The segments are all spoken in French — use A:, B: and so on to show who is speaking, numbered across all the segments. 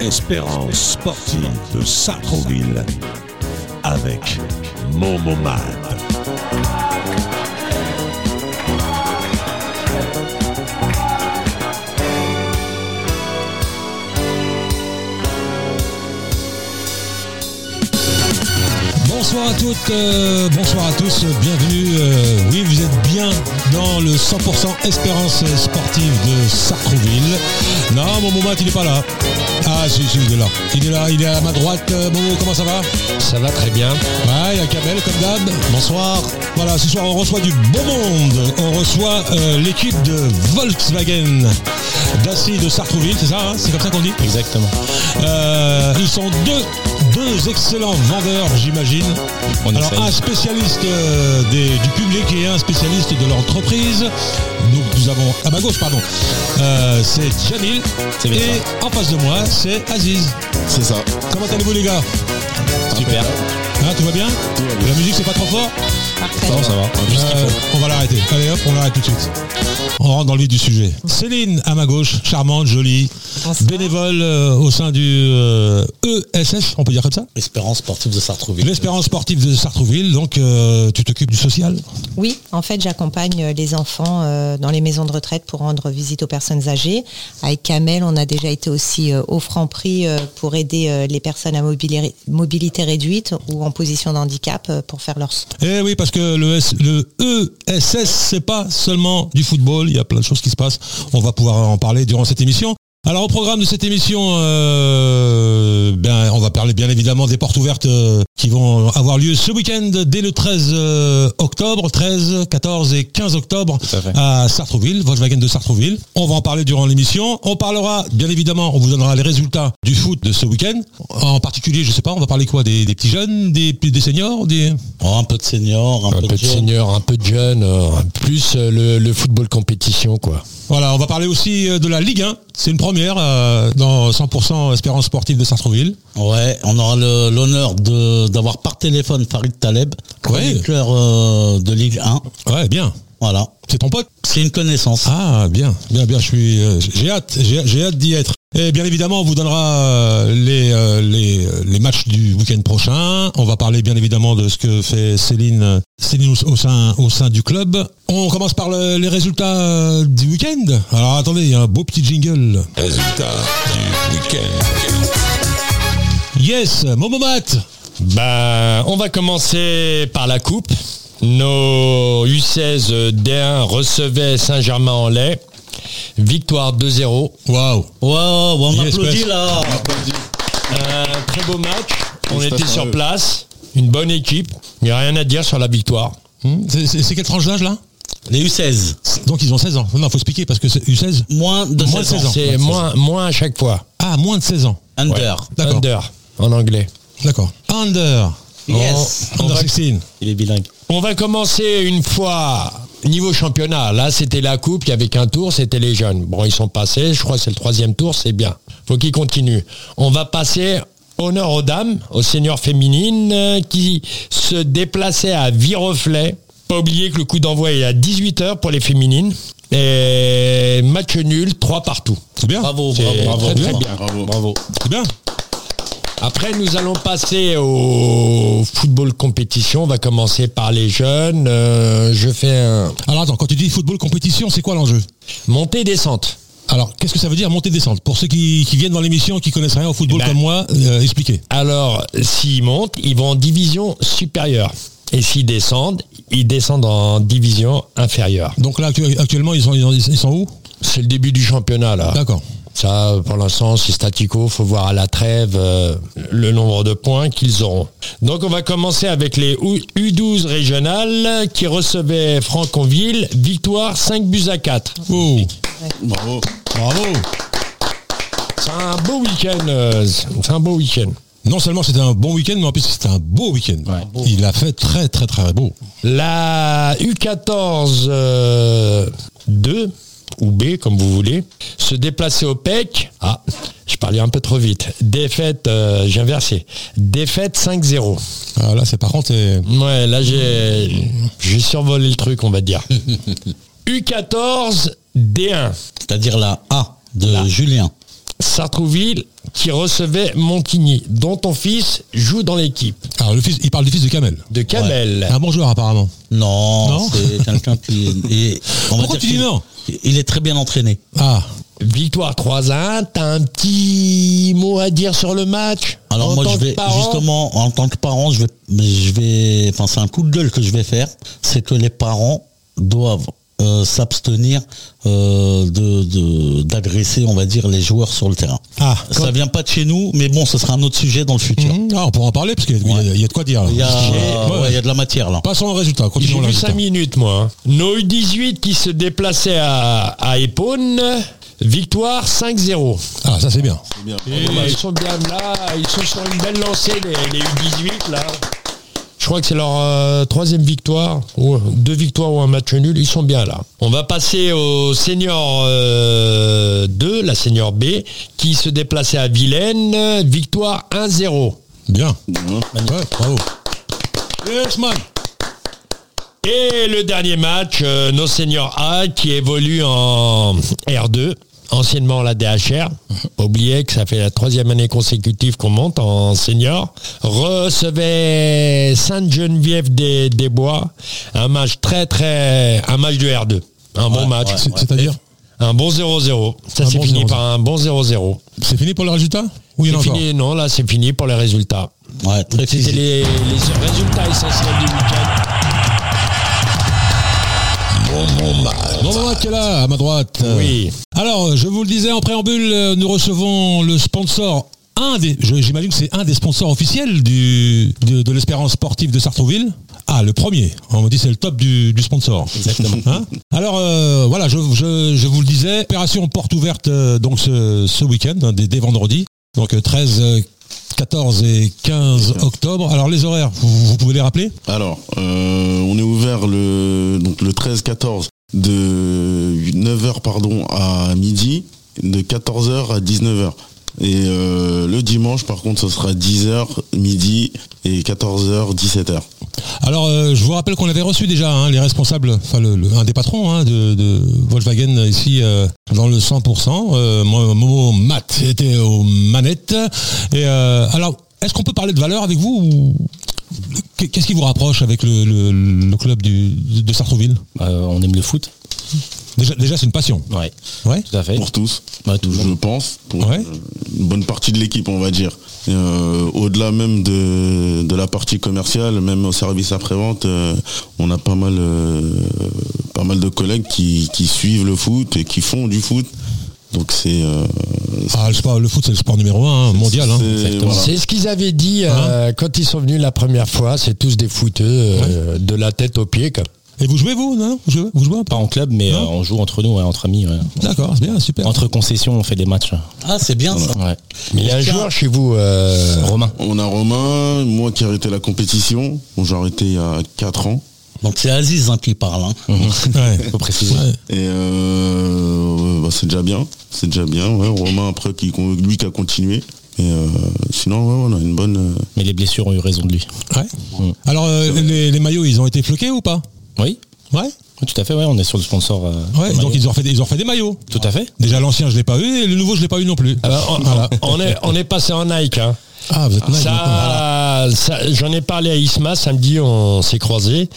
A: Espérance sportive de Sacroville avec Momomad.
B: Bonsoir à toutes, euh, bonsoir à tous, bienvenue. euh, oui, vous êtes bien dans le 100% espérance sportive de Sartrouville. Non, mon Momat, il n'est pas là. Ah, si, si, il est là. Il est là, il est à ma droite. Euh, Momo, comment ça va
C: Ça va très bien.
B: Ouais, il y a Kamel, comme d'hab. Bonsoir. Voilà, ce soir, on reçoit du beau monde. On reçoit euh, l'équipe de Volkswagen d'Assis de Sartrouville, c'est ça, hein c'est comme ça qu'on dit
C: Exactement.
B: Euh, ils sont deux, deux excellents vendeurs, j'imagine.
C: On
B: Alors,
C: essaye.
B: un spécialiste euh, des- du public et un spécialiste de l'entreprise. Nous, nous avons, à ma gauche, pardon, euh, c'est Jamil.
C: C'est bien
B: Et en face de moi, c'est Aziz.
D: C'est ça.
B: Comment allez-vous, les gars
C: Super.
B: Hein, Tout va bien
D: Tout va bien.
B: La musique, c'est pas trop fort
E: Parfait.
C: ça va. Juste ce qu'il
B: Euh,
C: faut.
B: on va l'arrêter. Allez hop, on l'arrête tout de suite. On rentre dans le vif du sujet. Céline, à ma gauche, charmante, jolie,
E: Bonsoir.
B: bénévole euh, au sein du euh, ESS, on peut dire comme ça
F: Espérance sportive de Sartrouville.
B: L'espérance sportive de Sartrouville, donc euh, tu t'occupes du social
E: Oui, en fait, j'accompagne euh, les enfants euh, dans les maisons de retraite pour rendre visite aux personnes âgées. Avec Kamel, on a déjà été aussi euh, au Franprix euh, pour aider euh, les personnes à mobili- mobilité réduite ou en position de handicap euh, pour faire leur
B: Eh oui, parce que le, S- le ESS, c'est pas seulement du football, il y a plein de choses qui se passent. On va pouvoir en parler durant cette émission. Alors au programme de cette émission, euh, ben, on va parler bien évidemment des portes ouvertes euh, qui vont avoir lieu ce week-end dès le 13 euh, octobre, 13, 14 et 15 octobre
C: Tout à fait.
B: à Sartrouville, Volkswagen de Sartrouville. On va en parler durant l'émission. On parlera, bien évidemment, on vous donnera les résultats du foot de ce week-end. En particulier, je sais pas, on va parler quoi Des, des petits jeunes, des, des seniors, des...
F: Oh, un peu de senior, un,
C: Un peu de
F: jeunes.
C: senior, un peu de jeune, euh, plus euh, le, le football compétition, quoi.
B: Voilà, on va parler aussi euh, de la Ligue 1. C'est une première euh, dans 100% Espérance Sportive de Sartrouville.
F: Ouais, on aura le- l'honneur de d'avoir par téléphone Farid Taleb, chroniqueur euh, de Ligue 1.
B: Ouais, bien.
F: Voilà.
B: C'est ton pote
F: C'est une connaissance.
B: Ah, bien, bien, bien. Je suis, euh, j'ai hâte, j'ai j'ai hâte d'y être. Et bien évidemment, on vous donnera euh, les, euh, les, euh, les matchs du week-end prochain. On va parler bien évidemment de ce que fait Céline, euh, Céline au, au sein, au sein du club. On commence par le- les résultats euh, du week-end. Alors attendez, il y a un beau petit jingle.
A: Résultat du week-end.
B: Yes, Momomat
C: Bah, on va commencer par la coupe. Nos U16 D1 recevaient Saint-Germain-en-Laye. Victoire 2-0.
B: Waouh
F: Waouh, on
B: Yes,
F: applaudit
B: Pep.
F: là.
C: Un Euh, très beau match. On
D: Félicitations
C: était
D: à
C: sur
D: eux.
C: place. Une bonne équipe. Il n'y a rien à dire sur la victoire.
B: Hmm, c'est- C'est c'est quelle tranche d'âge là
F: Les U16.
B: Donc ils ont 16 ans. Non, faut expliquer parce que c'est U16.
F: Moins de
B: Moins de
F: 16 ans.
B: 16 ans.
C: C'est moins, moins à chaque fois.
B: Ah, moins de 16 ans.
F: Under.
B: D'accord.
C: Under, en anglais.
B: D'accord. Under. Oh,
F: Yes.
C: On
B: Under
C: va-
B: 16.
F: Il est bilingue.
C: On va commencer une fois niveau championnat. Là, c'était la coupe, il y avait qu'un tour, c'était les jeunes. Bon, ils sont passés, je crois que c'est le troisième tour, c'est bien. Faut qu'ils continuent. On va passer honneur aux dames, aux seniors féminines, euh, qui se déplaçaient à Vireflay. Pas oublier que le coup d'envoi est à 18h pour les féminines. Et match nul, 3 partout.
B: C'est bien.
F: Bravo,
C: C'est
F: bravo, bravo.
C: très, très
F: bravo.
C: bien.
D: Bravo.
B: C'est bien.
C: Après, nous allons passer au football compétition. On va commencer par les jeunes. Euh, je fais un
B: Alors attends, quand tu dis football compétition, c'est quoi l'enjeu
C: montée-descente.
B: Alors, qu'est-ce que ça veut dire montée-descente Pour ceux qui, qui viennent dans l'émission, qui connaissent rien au football
C: Eh ben-
B: comme moi, euh, expliquez.
C: Alors, s'ils montent, ils vont en division supérieure. Et s'ils descendent, ils descendent en division inférieure.
B: Donc là, actu- actuellement, ils sont, ils sont- ils sont où
C: C'est le début du championnat, là.
B: D'accord.
C: Ça, pour l'instant, c'est statico. faut voir à la trêve euh, le nombre de points qu'ils auront. Donc, on va commencer avec les U- U12 régionales qui recevaient Franconville. Victoire 5 buts à 4.
B: Oh.
D: Bravo.
B: Bravo.
C: C'est un beau week-end. euh, c'est un beau week-end.
B: Non seulement c'était un bon week-end, mais en plus c'était un beau week-end. Il a fait très très très beau.
C: La U14 euh, 2 ou B comme vous voulez, se déplacer au PEC. Ah, je parlais un peu trop vite. Défaite, euh, j'ai inversé. Défaite 5-0.
B: Ah, là, c'est par contre, c'est-
C: Ouais, là j'ai j'ai survolé le truc, on va dire. U14 D1.
F: C'est-à-dire la A de Julien.
C: Sartrouville qui recevait Montigny, dont ton fils joue dans l'équipe
B: Alors, le fils, il parle du fils de Kamel.
C: de Camel.
B: Un bon joueur, apparemment.
F: Non,
B: Non
F: c'est quelqu'un qui. et on va
B: Pourquoi
F: dire
B: tu dis
F: qu'il-
B: non
F: Il est très bien entraîné.
B: Ah,
C: Victoire 3-1, t'as un petit mot à dire sur le match
F: Alors
C: En
F: moi
C: tant
F: je
C: que
F: vais
C: parent
F: justement en tant que parent, je vais je vais enfin c'est un coup de gueule que je vais faire, c'est que les parents doivent euh, s'abstenir euh, de de- d'agresser on va dire les joueurs sur le terrain.
B: Ah,
F: ça vient pas de chez nous, mais bon, ce sera un autre sujet dans le futur.
B: Mhm. Ah, on pourra en parler, parce qu'il y, a- il y a- il y a de quoi dire. là.
F: Il y a euh,
B: Ouais,
F: ouais,
B: ouais.
F: il y a de la matière là.
B: Passons au résultat.
C: J'ai
B: Continuons le
C: vu 5
B: résultat.
C: minutes, moi. Nos U18 qui se déplaçaient à, à Épône. Victoire 5-0.
B: Ah, ça c'est bien.
C: Et Eh, Ils sont bien là, ils sont sur une belle lancée, les, les U18 là. Je crois que c'est leur euh, troisième victoire, ou deux victoires ou un match nul, ils sont bien là. On va passer au senior euh, 2, la senior B, qui se déplaçait à Vilaine, victoire 1-0.
B: Bien. Ouais, bravo. Yes, man.
C: Et le dernier match, euh, nos seniors A qui évolue en R2, anciennement la DHR. Pas oublier que ça fait la troisième année consécutive qu'on monte en senior. Recevait Sainte-Geneviève des, des Bois. Un match très très. Un match de R2. Un bon match.
B: C'est- C'est-à-dire
C: Un bon 0-0. Ça
B: Un
C: s'est
B: bon
C: fini
B: 0-0.
C: par un bon 0-0.
B: C'est fini pour le résultat Oui, il y en a
C: C'est
B: encore.
C: fini, non, là c'est fini pour les résultats.
F: Ouais, très
C: C'était
F: physique.
C: les, les résultats essentiels du week-end.
A: Montmartre.
B: Bon, bon, qui est là, à ma droite. euh,
C: Oui.
B: Alors, je vous le disais en préambule, euh, nous recevons le sponsor, un des, je- j'imagine que c'est un des sponsors officiels du, de, de l'espérance sportive de Sartrouville. Ah, le premier. On me dit c'est le top du, du sponsor. Exactement. Alors euh, voilà, je, je- je vous le disais, opération porte ouverte euh, donc ce, ce week-end, hein, dès, dès vendredi, donc euh, 13, euh, 14 et 15 octobre. Alors les horaires, vous, vous pouvez les rappeler
D: Alors, euh, on est ouvert le, donc le 13-14 de 9h pardon, à midi, de 14h à 19h. Et euh, le dimanche, par contre, ce sera 10h, midi et 14h, 17h.
B: Alors, euh, je vous rappelle qu'on avait reçu déjà hein, les responsables, enfin le, le- un des patrons hein, de, de Volkswagen ici euh, dans le 100%. Euh, Mo- Momo Matt était aux manettes. Et euh, alors, est-ce qu'on peut parler de valeur avec vous ou Qu'est-ce qui vous rapproche avec le, le- le club du- de Sartrouville
G: Euh, on aime le foot.
B: Déjà, déjà c'est une passion.
G: Ouais,
B: Ouais.
G: tout à fait.
D: Pour tous,
G: Bah, tout le
D: je
G: monde.
D: pense, pour
B: Ouais.
D: euh, une bonne partie de l'équipe, on va dire. Et, euh, Au-delà même de, de la partie commerciale, même au service après-vente, euh, on a pas mal, euh, pas mal de collègues qui, qui suivent le foot et qui font du foot. Donc c'est... euh,
B: Ah, le, sport- le foot, c'est le sport numéro un hein, mondial. hein.
D: c'est- voilà.
C: C'est ce qu'ils avaient dit euh, quand ils sont venus la première fois. C'est tous des fouteux euh, de la tête aux pieds. quoi.
B: Et vous jouez, vous non vous jouez, vous jouez un peu
G: Pas en club, mais
B: Non.
G: euh, on joue entre nous, ouais, entre amis. ouais.
B: D'accord, c'est bien, super.
G: Entre concessions, on fait des matchs.
F: Ah, c'est bien ça.
G: Ouais.
C: Mais il y a un joueur chez vous, euh,
G: Romain.
D: On a Romain, moi qui ai arrêté la compétition. Bon, j'ai arrêté il y a 4 ans.
F: Donc c'est Aziz hein, qui parle. hein.
G: Mhm.
B: Ouais.
G: Faut préciser.
B: Ouais.
D: Et euh, bah, c'est déjà bien. C'est déjà bien. ouais. Romain, après, qui, lui qui a continué. Et euh, sinon, ouais, on a une bonne... euh,
G: Mais les blessures ont eu raison de lui.
B: Ouais. Alors, euh, les, les maillots, ils ont été floqués ou pas
G: Oui,
B: Ouais.
G: tout à fait. Ouais, on est sur le sponsor. euh,
B: Ouais,
G: Romain.
B: donc ils ont, fait, ils ont fait des maillots. Ah.
G: Tout à fait.
B: Déjà l'ancien je l'ai pas eu et le nouveau je l'ai pas eu non plus.
C: Ah bah, on,
B: Voilà.
C: on est, on est passé en Nike. hein.
B: Ah vous êtes mal
C: Ça, ça- j'en ai parlé à Isma samedi, on s'est croisés.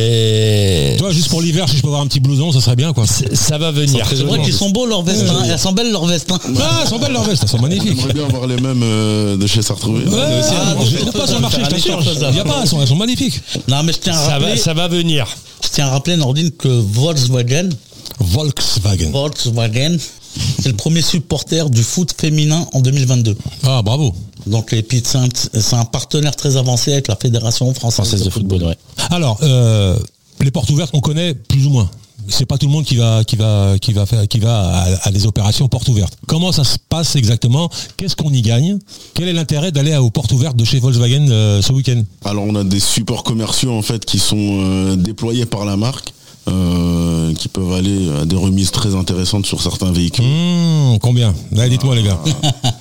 C: Et
B: Toi juste pour l'hiver si je peux avoir un petit blouson ça serait bien quoi.
C: c- ça va venir.
F: C'est vrai qu'ils sont beaux leurs vestes. hein. Elles sont belles leurs vestes. hein.
B: Ah elles sont belles leurs vestes, elles sont magnifiques.
D: J'aimerais bien avoir les mêmes euh, de chez Sartrouvé.
B: Ouais,
F: Ah,
B: je les trouve pas sur le marché, je t'assure. Il y a pas, elles sont, elles sont magnifiques.
F: Non mais je tiens à
C: Ça va,
F: rappeler,
C: ça va venir.
F: je tiens à rappeler Nordine que Volkswagen,
B: Volkswagen.
F: Volkswagen, c'est le premier supporter du foot féminin en 2022.
B: Ah bravo.
F: Donc et puis c'est un, c'est un partenaire très avancé avec la Fédération française,
G: Française de football, ouais.
B: Alors euh, les portes ouvertes on connaît plus ou moins. C'est pas tout le monde qui va qui va qui va faire qui va à, à des opérations portes ouvertes. Comment ça se passe exactement Qu'est-ce qu'on y gagne Quel est l'intérêt d'aller aux portes ouvertes de chez Volkswagen euh, ce week-end
D: Alors on a des supports commerciaux en fait qui sont euh, déployés par la marque, euh, qui peuvent aller à des remises très intéressantes sur certains véhicules.
G: Mmh.
C: Hmm,
B: Hum, combien Allez, dites-moi, les gars.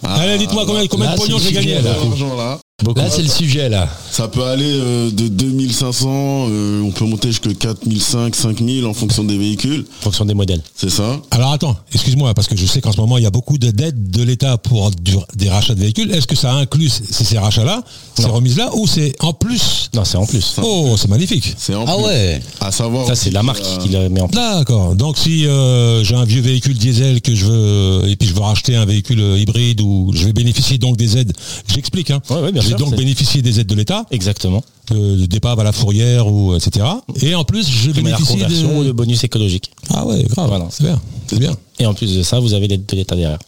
B: Allez, dites-moi combien, combien
C: là,
B: de pognon
C: c'est hein.
B: j'ai gagné.
C: le sujet,
B: là.
D: Cet argent-là,
C: Là, c'est le sujet, là.
D: Ça peut aller euh, de 2500, euh, on peut monter jusqu'à 4500, 5000 en fonction des véhicules,
G: en fonction des modèles.
D: c'est ça
B: Alors attends, excuse-moi, parce que je sais qu'en ce moment, il y a beaucoup de dettes de l'État pour du- des rachats de véhicules. Est-ce que ça inclut c- ces, ces rachats-là, ces remises-là, ou c'est en plus
G: Non, c'est en plus.
B: Oh, c'est magnifique
D: C'est en
F: Ah
D: plus.
F: ouais.
D: À savoir.
G: Ça, c'est la marque
D: euh,
G: qui le met en place.
B: D'accord. Donc si euh, j'ai un vieux véhicule diesel que je veux et puis je veux racheter un véhicule euh, hybride ou je vais bénéficier donc des aides, j'explique. Hein.
G: Ouais, ouais, bien
B: je vais
G: sûr,
B: donc
G: c'est-
B: bénéficier des aides de l'État,
G: Exactement.
B: de, de départ à la fourrière ou euh, etc. Et en plus, je
G: Comme la
B: bénéficie
G: reconversion ou
B: de...
G: le bonus écologique.
B: Ah ouais, grave.
G: Voilà.
B: C'est bien. C'est bien.
G: Et en plus de ça, vous avez l'aide de l'État derrière.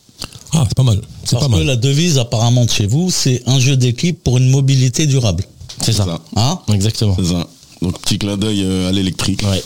B: Ah, c'est pas mal. C'est
F: Parce
B: pas
F: que
B: mal.
F: la devise apparemment de chez vous, c'est un jeu d'équipe pour une mobilité durable.
G: C'est
D: c'est
G: ça.
D: ça,
F: Hein
G: Exactement.
D: c'est ça. Donc petit clin d'œil euh, à l'électrique.
G: Ouais.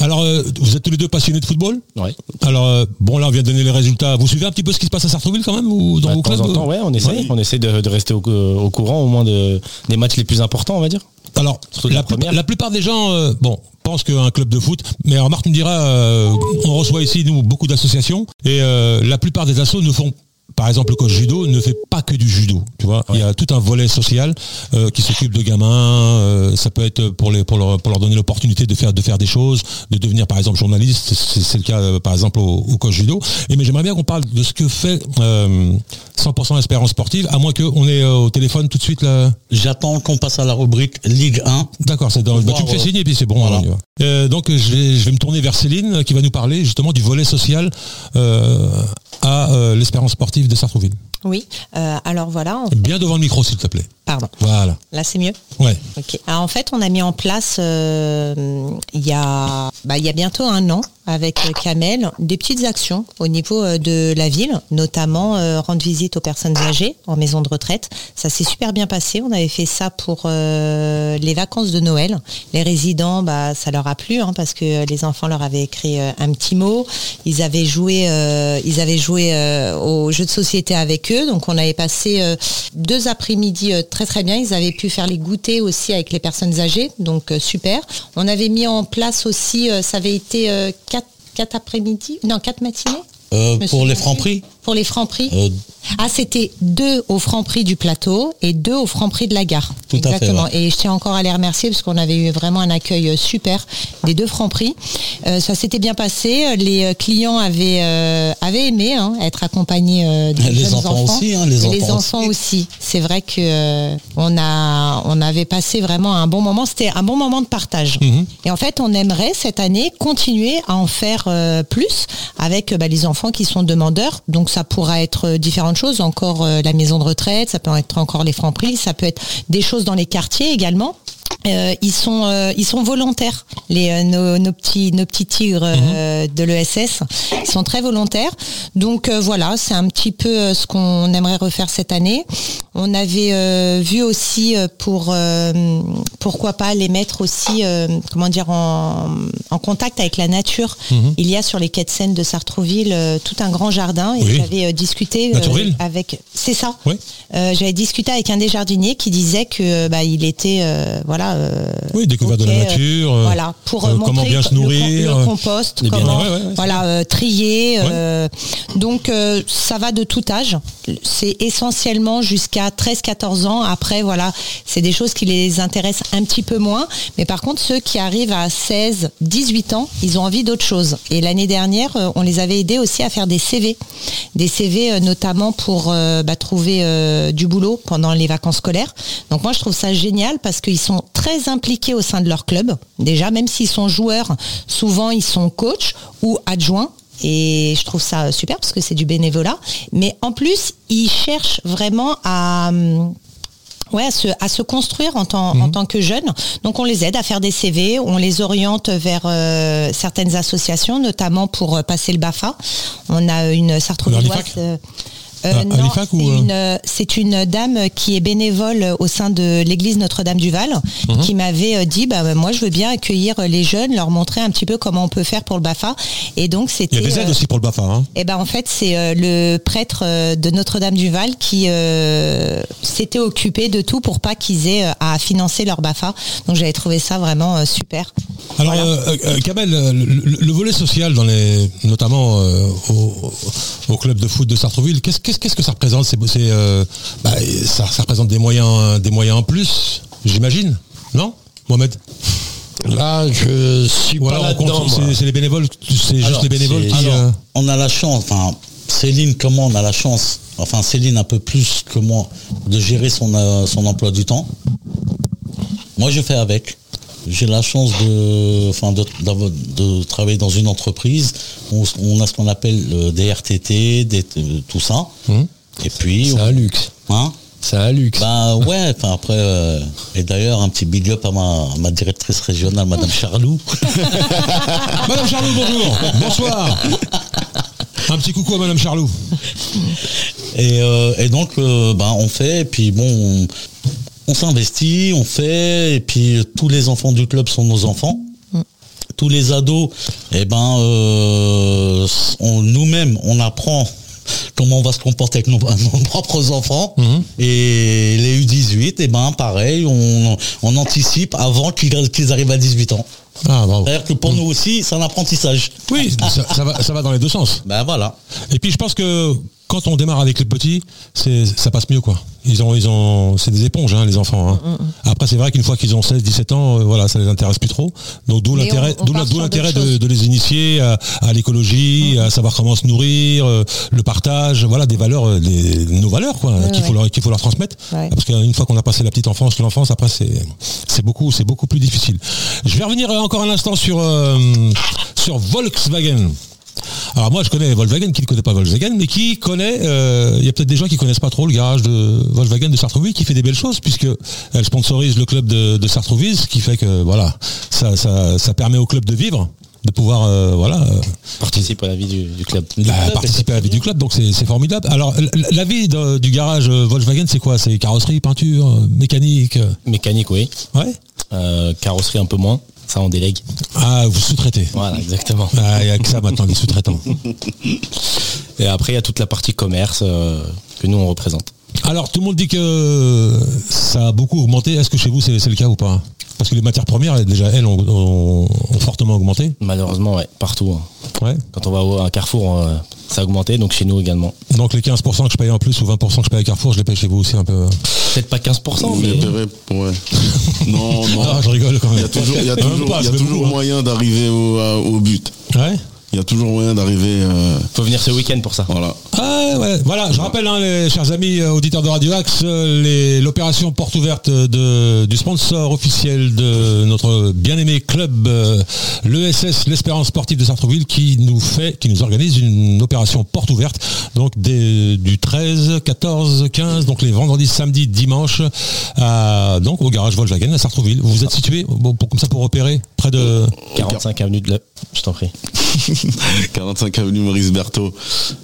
B: Alors, euh, vous êtes tous les deux passionnés de football
G: Ouais.
B: Alors, euh, bon, là, on vient de donner les résultats. Vous suivez un petit peu ce qui se passe à Sartrouville quand même ou dans
G: Bah,
B: vos
G: de temps
B: clubs
G: en
B: euh
G: temps, ouais, on essaie.
B: Ouais.
G: On essaie de, de rester au, euh, au courant au moins de, des matchs les plus importants, on va dire.
B: Alors,
G: Surtout
B: la,
G: la
B: plupa-
G: première.
B: la plupart des gens, euh, bon, pensent qu'un club de foot, mais alors Marc, tu me diras, euh, on reçoit ici, nous, beaucoup d'associations, et euh, la plupart des assos ne font, par exemple, le coach judo ne fait pas que du judo, tu vois. Il y a tout un volet social euh, qui s'occupe de gamins, euh, ça peut être pour, les, pour, leur, pour leur donner l'opportunité de faire, de faire des choses, de devenir, par exemple, journaliste, c'est c'est le cas, euh, par exemple, au, au coach judo. Et mais j'aimerais bien qu'on parle de ce que fait euh, 100% Espérance Sportive, à moins qu'on ait euh, au téléphone tout de suite, là...
F: J'attends qu'on passe à la rubrique Ligue 1.
B: D'accord, c'est dans bah,
F: Voir,
B: tu me fais
F: euh,
B: signer et puis c'est bon.
F: voilà.
B: on y va. Euh, donc euh, je vais, je vais me tourner vers Céline euh, qui va nous parler justement du volet social euh, à euh, l'espérance sportive de Sartrouville.
E: Oui, euh, alors voilà, on-
B: Bien devant le micro s'il te plaît.
E: pardon,
B: Voilà.
E: là c'est mieux
B: Ouais.
E: Ok. Alors, en fait, on a mis en place euh, il y, a, bah, il y a bientôt un an avec euh, Kamel des petites actions au niveau euh, de la ville, notamment euh, rendre visite aux personnes âgées en maison de retraite. Ça s'est super bien passé. On avait fait ça pour euh, les vacances de Noël. Les résidents, bah, ça leur a plu hein, parce que euh, les enfants leur avaient écrit euh, un petit mot. Ils avaient joué, euh, ils avaient joué euh, aux jeux de société avec eux. Donc on avait passé euh, deux après-midi euh, très très bien. Ils avaient pu faire les goûters aussi avec les personnes âgées. Donc euh, super. On avait mis en place aussi, euh, ça avait été euh, quatre, quatre après-midi, non quatre matinées.
F: Euh,
E: Je me
F: pour
E: suis
F: les
E: trompée.
F: francs prix
E: Pour les francs prix.
F: Euh,
E: Ah, c'était deux au franc prix du plateau et deux au franc prix de la gare.
F: Tout à fait,
E: Exactement. Et je tiens encore à les remercier parce qu'on avait eu vraiment un accueil euh, super des deux francs prix. Euh, ça s'était bien passé. Euh, Les euh, clients avaient, euh, avaient aimé hein, être accompagnés euh, des
F: Les
E: jeunes
F: enfants aussi, hein, les
E: Et
F: enfants
E: enfants aussi. C'est vrai que euh, on a, on avait passé vraiment un bon moment. C'était un bon moment de partage.
F: Mhm.
E: Et en fait, on aimerait cette année continuer à en faire euh, plus avec euh, bah, les enfants qui sont demandeurs. Donc ça pourra être euh, différentes choses, encore euh, la maison de retraite, ça peut être encore les francs prix, ça peut être des choses dans les quartiers également. Euh, ils sont euh, ils sont volontaires les euh, nos, nos petits nos petits tigres euh, de l'ESS ils sont très volontaires donc euh, voilà c'est un petit peu euh, ce qu'on aimerait refaire cette année on avait euh, vu aussi euh, pour euh, pourquoi pas les mettre aussi euh, comment dire en, en contact avec la nature il y a sur les quais de Seine de Sartrouville euh, tout un grand jardin et
B: Oui.
E: j'avais euh, discuté euh,
B: Naturil.
E: avec c'est ça
B: Oui.
E: euh, j'avais discuté avec un des jardiniers qui disait que euh, bah, il était euh, voilà euh,
B: Oui, découverte de
E: ok,
B: la
E: euh,
B: nature. euh,
E: voilà pour
B: euh,
E: euh,
B: comment
E: montrer
B: bien se
E: co- le com-
B: nourrir,
E: le,
B: euh,
E: compost,
B: les
E: comment
B: bien- ouais, ouais, ouais,
E: voilà euh, trier. euh, donc euh, ça va de tout âge. C'est essentiellement jusqu'à 13-14 ans. Après voilà, c'est des choses qui les intéressent un petit peu moins. Mais par contre ceux qui arrivent à 16-18 ans, ils ont envie d'autre chose. Et l'année dernière, euh, on les avait aidés aussi à faire des CV, des CV euh, notamment pour euh, bah, trouver euh, du boulot pendant les vacances scolaires. Donc moi je trouve ça génial parce qu'ils sont très impliqués au sein de leur club. Déjà, même s'ils sont joueurs, souvent ils sont coach ou adjoints. Et je trouve ça euh, super parce que c'est du bénévolat. Mais en plus, ils cherchent vraiment à... hum, Ouais, à se, à se construire en tant,
B: Mhm.
E: en tant que jeune. Donc on les aide à faire des CV, on les oriente vers euh, certaines associations, notamment pour euh, passer le BAFA. On a une Sartrouvilloise.
B: Halifax
E: euh, euh,
B: Ah,
E: non,
B: Halifax ou,
E: c'est
B: euh,
E: une, euh, c'est une dame qui est bénévole au sein de l'église Notre-Dame du Val
B: Mhm.
E: qui m'avait euh, dit bah, moi je veux bien accueillir les jeunes, leur montrer un petit peu comment on peut faire pour le BAFA. Et donc c'était.
B: Il y a des aides
E: euh,
B: aussi pour le Bafa. Hein.
E: eh ben en fait c'est euh, le prêtre euh, de Notre-Dame-du-Val qui euh, s'était occupé de tout pour pas qu'ils aient euh, à financer leur Bafa. Donc j'avais trouvé ça vraiment euh, super.
C: Alors,
E: Voilà.
C: euh, euh, Kamel, euh, le, le- le volet social, dans les, notamment euh, au, au club de foot de Sartreville, qu'est-ce qu'est-ce- qu'est-ce que ça représente C'est- c'est, euh, bah, ça, ça représente des moyens, des moyens en plus, j'imagine, non Mohamed
B: Là, je suis
C: Ou
B: pas
C: alors on compte-
B: là-dedans. moi.
C: c'est- c'est les bénévoles, c'est juste
F: Alors,
C: les bénévoles
F: c'est-
C: qui...
F: alors,
C: euh,
F: On a la chance, enfin, Céline, comment on a la chance, enfin, Céline un peu plus que moi, de gérer son, euh, son emploi du temps. Moi, je fais avec. J'ai la chance de, enfin, de, d'avoir- de travailler dans une entreprise. On, on a ce qu'on appelle euh, des RTT, des, euh, tout ça. Et puis,
B: Hum. C'est un luxe.
F: on- hein,
B: C'est un luxe.
F: bah ouais, enfin après, euh, et d'ailleurs un petit big up à ma, à ma directrice régionale, Madame Charlou.
C: Madame Charlot, bonjour Bonsoir Un petit coucou à Madame Charlot.
F: Et, euh, et donc, euh, ben, on fait, et puis bon, on, on s'investit, on fait, et puis euh, tous les enfants du club sont nos enfants. Tous les ados, et ben, euh, on- nous-mêmes, on apprend comment on va se comporter avec nos, nos propres enfants. Et les U18, et ben, pareil, on, on anticipe avant qu'ils qu'ils arrivent à 18 ans.
C: Ah, bravo.
F: C'est-à-dire que pour nous aussi, c'est un apprentissage.
C: Oui, ça, ça va, ça va dans les deux sens.
F: Ben voilà.
C: Et puis je pense que quand on démarre avec les petits, c'est ça passe mieux quoi. Ils ont, ils ont, c'est des éponges hein, les enfants.
E: Mm,
C: hein. Après c'est vrai qu'une fois qu'ils ont 16-17 ans, euh, voilà, ça les intéresse plus trop. Donc d'où
E: Mais
C: l'intérêt,
E: on- on
C: d'où la-
E: part
C: d'où
E: sur
C: l'intérêt
E: d'autres
C: de,
E: choses.
C: de les initier à, à
E: Mm,
C: l'écologie, à savoir comment se nourrir, euh, le partage, voilà des valeurs, euh, des, nos valeurs quoi,
E: Ouais,
C: qu'il faut
E: ouais.
C: leur, qu'il faut leur transmettre.
E: Ouais.
C: Parce qu'une fois qu'on a passé la petite enfance, l'enfance, après c'est, c'est beaucoup, c'est beaucoup plus difficile. Je vais revenir euh, encore un instant sur euh, sur Volkswagen. Alors moi je connais Volkswagen, qui ne connaît pas Volkswagen, mais qui connaît, euh, il y a peut-être des gens qui connaissent pas trop le garage de Volkswagen de Sartrouville qui fait des belles choses puisque elle sponsorise le club de, de Sartrouville, ce qui fait que voilà, ça, ça, ça permet au club de vivre, de pouvoir euh, voilà euh,
G: Participe à la vie du, du club.
C: bah,
F: club,
C: participer à la vie du club, donc c'est c'est formidable. Alors l- l- la vie de- du garage euh, Volkswagen c'est quoi C'est carrosserie, peinture, euh, mécanique, euh,
G: Mécanique, oui.
C: ouais
G: Euh, carrosserie un peu moins. Ça, on délègue.
C: Ah vous sous-traitez.
G: Voilà, exactement.
C: Ah, il n'y a que ça maintenant, hein. les sous-traitants.
G: Et après, il y a toute la partie commerce euh, que nous, on représente.
C: Alors, tout le monde dit que ça a beaucoup augmenté. Est-ce que chez vous, c'est c'est le cas ou pas Parce que les matières premières, elles, déjà, elles, ont, ont- ont fortement augmenté.
G: Malheureusement, ouais, partout. hein.
C: Ouais.
G: Quand on va au- à Carrefour, euh, ça a augmenté, donc chez nous également.
C: Donc, les 15% que je paye en plus ou 20% que je paye à Carrefour, je les paye chez vous aussi un peu. hein.
G: Peut-être pas 15%,
D: Mais
G: mais...
D: Pérep, ouais. Non, non.
C: Ah, je rigole quand même.
D: Il y a toujours, il y a
C: Même
D: toujours,
C: pas,
D: il y a
C: c'est
D: toujours
C: beaucoup, hein.
D: moyen d'arriver au, à- au but.
C: Ouais.
D: Il y a toujours moyen d'arriver. euh,
G: Faut venir ce week-end pour ça.
D: voilà.
C: Ah ouais, voilà, je rappelle, hein, les chers amis euh, auditeurs de Radio Axe, euh, les- l'opération porte ouverte de, du sponsor officiel de notre bien-aimé club, euh, l'ESS, l'Espérance Sportive de Sartreville, qui nous fait, qui nous organise une opération porte ouverte, donc des- du 13, 14, 15, donc les vendredis, samedis, dimanches, à- donc au garage Volkswagen à Sartreville. Vous êtes situé, bon, pour- comme ça pour opérer, près de...
G: 45 avenue de la... Je t'en prie.
D: 45 avenue Maurice Berthaud.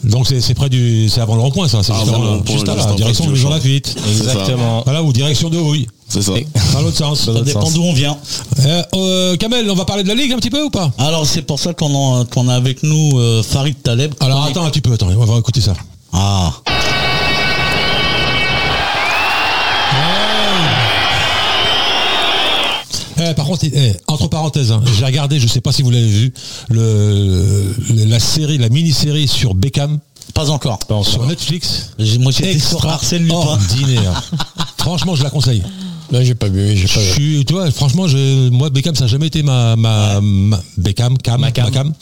C: Donc c'est c'est près du... c'est avant le rond-point ça, c'est
D: Avant
C: juste, avant
D: Ah, le
C: le-
D: rond-point,
C: juste à
D: juste
C: la
D: en
C: direction
D: face
C: de
D: du
C: Jean
D: champ.
C: Laffitte.
D: C'est ça.
G: Exactement.
C: Voilà, ou direction de Houille.
D: C'est ça.
G: Et-
C: Dans l'autre sens.
F: Ça
G: l'autre
F: dépend
G: sens.
F: d'où on vient.
C: Euh, euh, Kamel, on va parler de la Ligue un petit peu ou pas
F: Alors c'est pour ça qu'on en- qu'on a avec nous euh, Farid Taleb.
C: Alors attends un petit peu, attends, on va écouter ça.
F: Ah.
C: Eh, par contre, eh, entre parenthèses, hein, j'ai regardé, je sais pas si vous l'avez vu, le, le- la série, la mini-série sur Beckham,
F: Pas encore.
C: sur Netflix.
F: J'ai- Moi j'étais sur Arsène Lupin.
C: Extraordinaire. hein. franchement, je la conseille.
B: Là, j'ai pas vu. J'ai
C: Je
B: pas vu.
C: suis, tu vois, franchement, je, moi, Beckham, ça n'a jamais été ma, ma, ma- Beckham, cam, ma cam.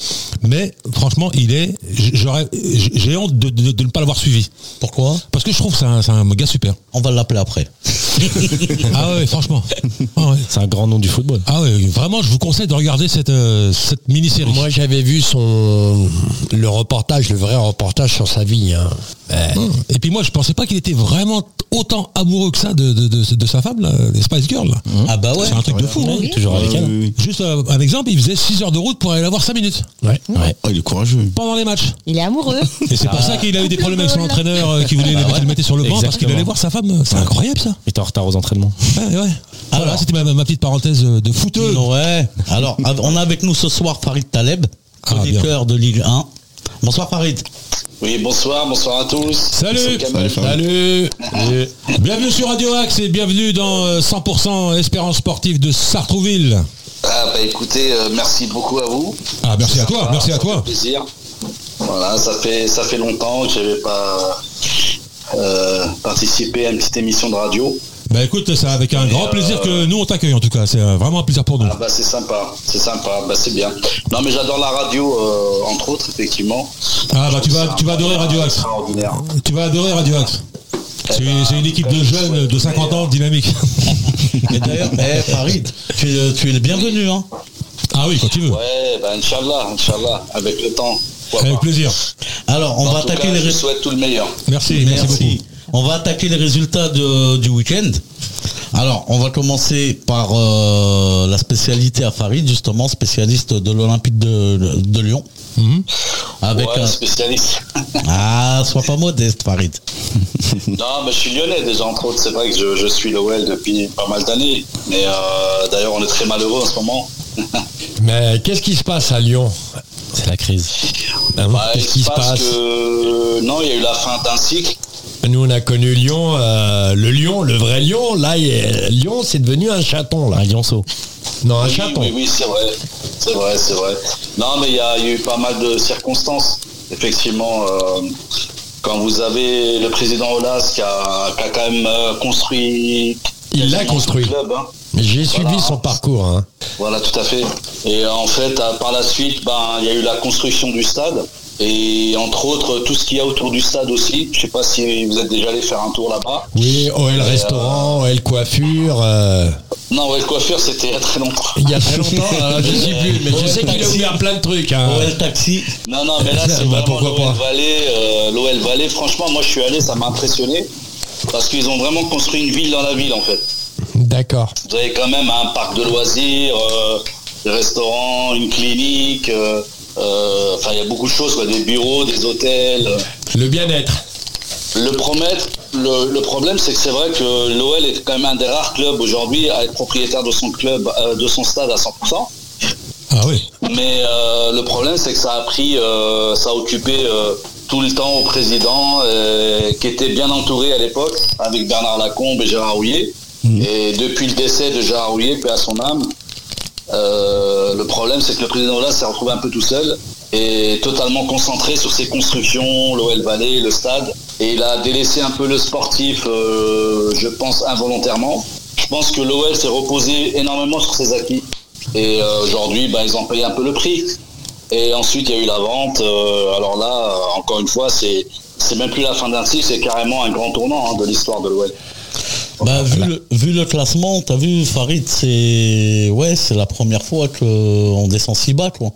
C: Mais franchement, il est, j'aurais, j'ai honte de, de- de ne pas l'avoir suivi.
F: Pourquoi
C: Parce que je trouve que c'est un, c'est un gars super.
F: On va l'appeler après.
C: Ah ouais, franchement. Ah ouais.
G: C'est un grand nom du football.
C: Ah ouais, vraiment, je vous conseille de regarder cette, euh, cette mini-série.
B: Moi, j'avais vu son le reportage, le vrai reportage sur sa vie. hein. Mais
C: Ah. Et puis moi, je pensais pas qu'il était vraiment autant amoureux que ça de, de, de- de sa femme, là, des Spice Girls. là.
F: Ah bah ouais.
C: C'est un truc de fou. hein.
E: Oui.
G: Toujours avec
D: Ouais,
G: elle.
D: oui, oui.
C: Juste euh, un exemple, il faisait 6 heures de route pour aller la voir 5 minutes
B: ouais.
D: Ah, il est courageux.
C: pendant les matchs.
E: Il est amoureux.
C: Et c'est pour
D: Ah.
C: ça qu'il a eu des problèmes avec son entraîneur euh, qui voulait
D: Bah
C: le, mettre- le mettre sur le banc parce qu'il
G: Exactement.
C: allait voir sa femme. C'est incroyable ça.
G: Il était en retard aux entraînements.
C: Ouais, ouais. Voilà, c'était ma, ma petite parenthèse de footeux.
F: Ouais. Alors av- on a avec nous ce soir Farid Taleb,
C: Ah, bien.
F: chroniqueur de Ligue 1. Bonsoir Farid.
H: Oui, bonsoir, bonsoir à tous.
C: Salut.
H: C'est Kamel.
C: Salut Bienvenue sur Radio Axe et bienvenue dans euh, 100% Espérance Sportive de Sartrouville.
I: Ah bah écoutez, euh, merci beaucoup à vous.
B: Ah, merci à toi, merci à toi.
I: Plaisir. Voilà, ça fait ça fait longtemps que j'avais pas euh, participé à une petite émission de radio.
B: Bah écoute, c'est avec un grand
I: euh,
B: plaisir que nous on t'accueille en tout cas. C'est euh, vraiment un plaisir pour nous.
I: Ah bah c'est sympa, c'est sympa, bah c'est bien. Non mais j'adore la radio, euh, entre autres, effectivement.
B: Ah bah
I: Je
B: tu
I: trouve
B: vas,
I: ça
B: tu vas adorer Radio Axe.
I: Extraordinaire.
B: Tu vas adorer Radio Axe. C'est c'est une équipe de jeunes de 50 ans dynamique.
F: Mais d'ailleurs, eh, Farid, tu, es- tu es le bienvenu. Hein.
B: Ah oui, quand tu veux.
I: Ouais, bah Inch'Allah, Inch'Allah, avec le temps. pourquoi
B: Avec
I: pas.
B: plaisir.
F: Alors, on
I: En
F: va
I: tout
F: attaquer les
I: cas, je vous
F: résultats.
I: souhaite tout le meilleur.
B: Merci, merci, beaucoup.
F: On va attaquer les résultats de- du week-end. Alors, on va commencer par euh, la spécialité à Farid, justement, spécialiste de l'Olympique de, de Lyon. Avec
I: Ouais,
F: un...
I: spécialiste.
F: Ah, sois pas modeste, Farid.
I: Non, mais je suis lyonnais déjà, entre autres. C'est vrai que je, je suis l'OL depuis pas mal d'années. Mais euh, d'ailleurs, on est très malheureux en ce moment.
C: Mais qu'est-ce qui se passe à Lyon
G: C'est la crise.
C: Ah bon,
I: Bah, il
C: Qu'est-ce qui se passe
I: que- Euh, Non, il y a eu la fin d'un cycle.
C: Nous, on a connu Lyon, euh, le Lyon, le vrai Lyon. Là, il est- Lyon, c'est devenu un chaton. Là.
G: Un lionceau.
C: Non, un
I: oui,
F: Ah
C: chaton.
I: oui, oui, c'est vrai. C'est vrai, c'est vrai. Non, mais il y, a il y a eu pas mal de circonstances. Effectivement, euh, quand vous avez le président Olas qui a, qui a quand même euh, construit.
C: Il l'a
I: quasiment
C: construit.
I: tout le club, hein.
C: J'ai
I: Voilà.
C: suivi son parcours. hein.
I: Voilà, tout à fait. Et en fait, à- par la suite, ben, il y a eu la construction du stade et entre autres tout ce qu'il y a autour du stade aussi. Je sais pas si vous êtes déjà allé faire un tour là-bas.
C: Oui,
I: euh,
C: OL restaurant, OL coiffure. euh,
I: Non, ouais, le coiffeur, c'était il y a très longtemps.
C: il y a très longtemps, euh, je sais plus, mais je sais qu'il a ouvert plein de trucs. hein.
F: OL Taxi.
I: Non, non, mais là, c'est
C: Bah,
I: vraiment
C: pourquoi
I: l'OL
C: pas.
I: Valley. euh, L'OL Valley, franchement, moi, je suis allé, ça m'a impressionné parce qu'ils ont vraiment construit une ville dans la ville, en fait.
C: D'accord.
I: Vous avez quand même un parc de loisirs, euh, des restaurants, une clinique. euh, euh, Enfin, il y a beaucoup de choses, quoi, des bureaux, des hôtels. euh.
C: Le bien-être.
I: Le, promettre, le, le problème, c'est que c'est vrai que l'OL est quand même un des rares clubs aujourd'hui à être propriétaire de son club, euh, de son stade à 100%.
B: Ah oui.
I: Mais euh, le problème, c'est que ça a pris, euh, ça a occupé euh, tout le temps au président, euh, qui était bien entouré à l'époque, avec Bernard Lacombe et Gérard Rouillet.
B: Mhm.
I: Et depuis le décès de Gérard Rouillet, paix à son âme, euh, le problème, c'est que le président là s'est retrouvé un peu tout seul et totalement concentré sur ses constructions, l'OL Valley, le stade. Et il a délaissé un peu le sportif, euh, je pense, involontairement. Je pense que l'OL s'est reposé énormément sur ses acquis. Et euh, aujourd'hui, bah, ils ont payé un peu le prix. Et ensuite, il y a eu la vente. Euh, alors là, euh, encore une fois, c'est c'est même plus la fin d'un cycle, c'est carrément un grand tournant hein, de l'histoire de l'OL.
F: Bah, vu, le, vu le classement, t'as vu, Farid, c'est ouais, c'est la première fois qu'on descend si bas, quoi.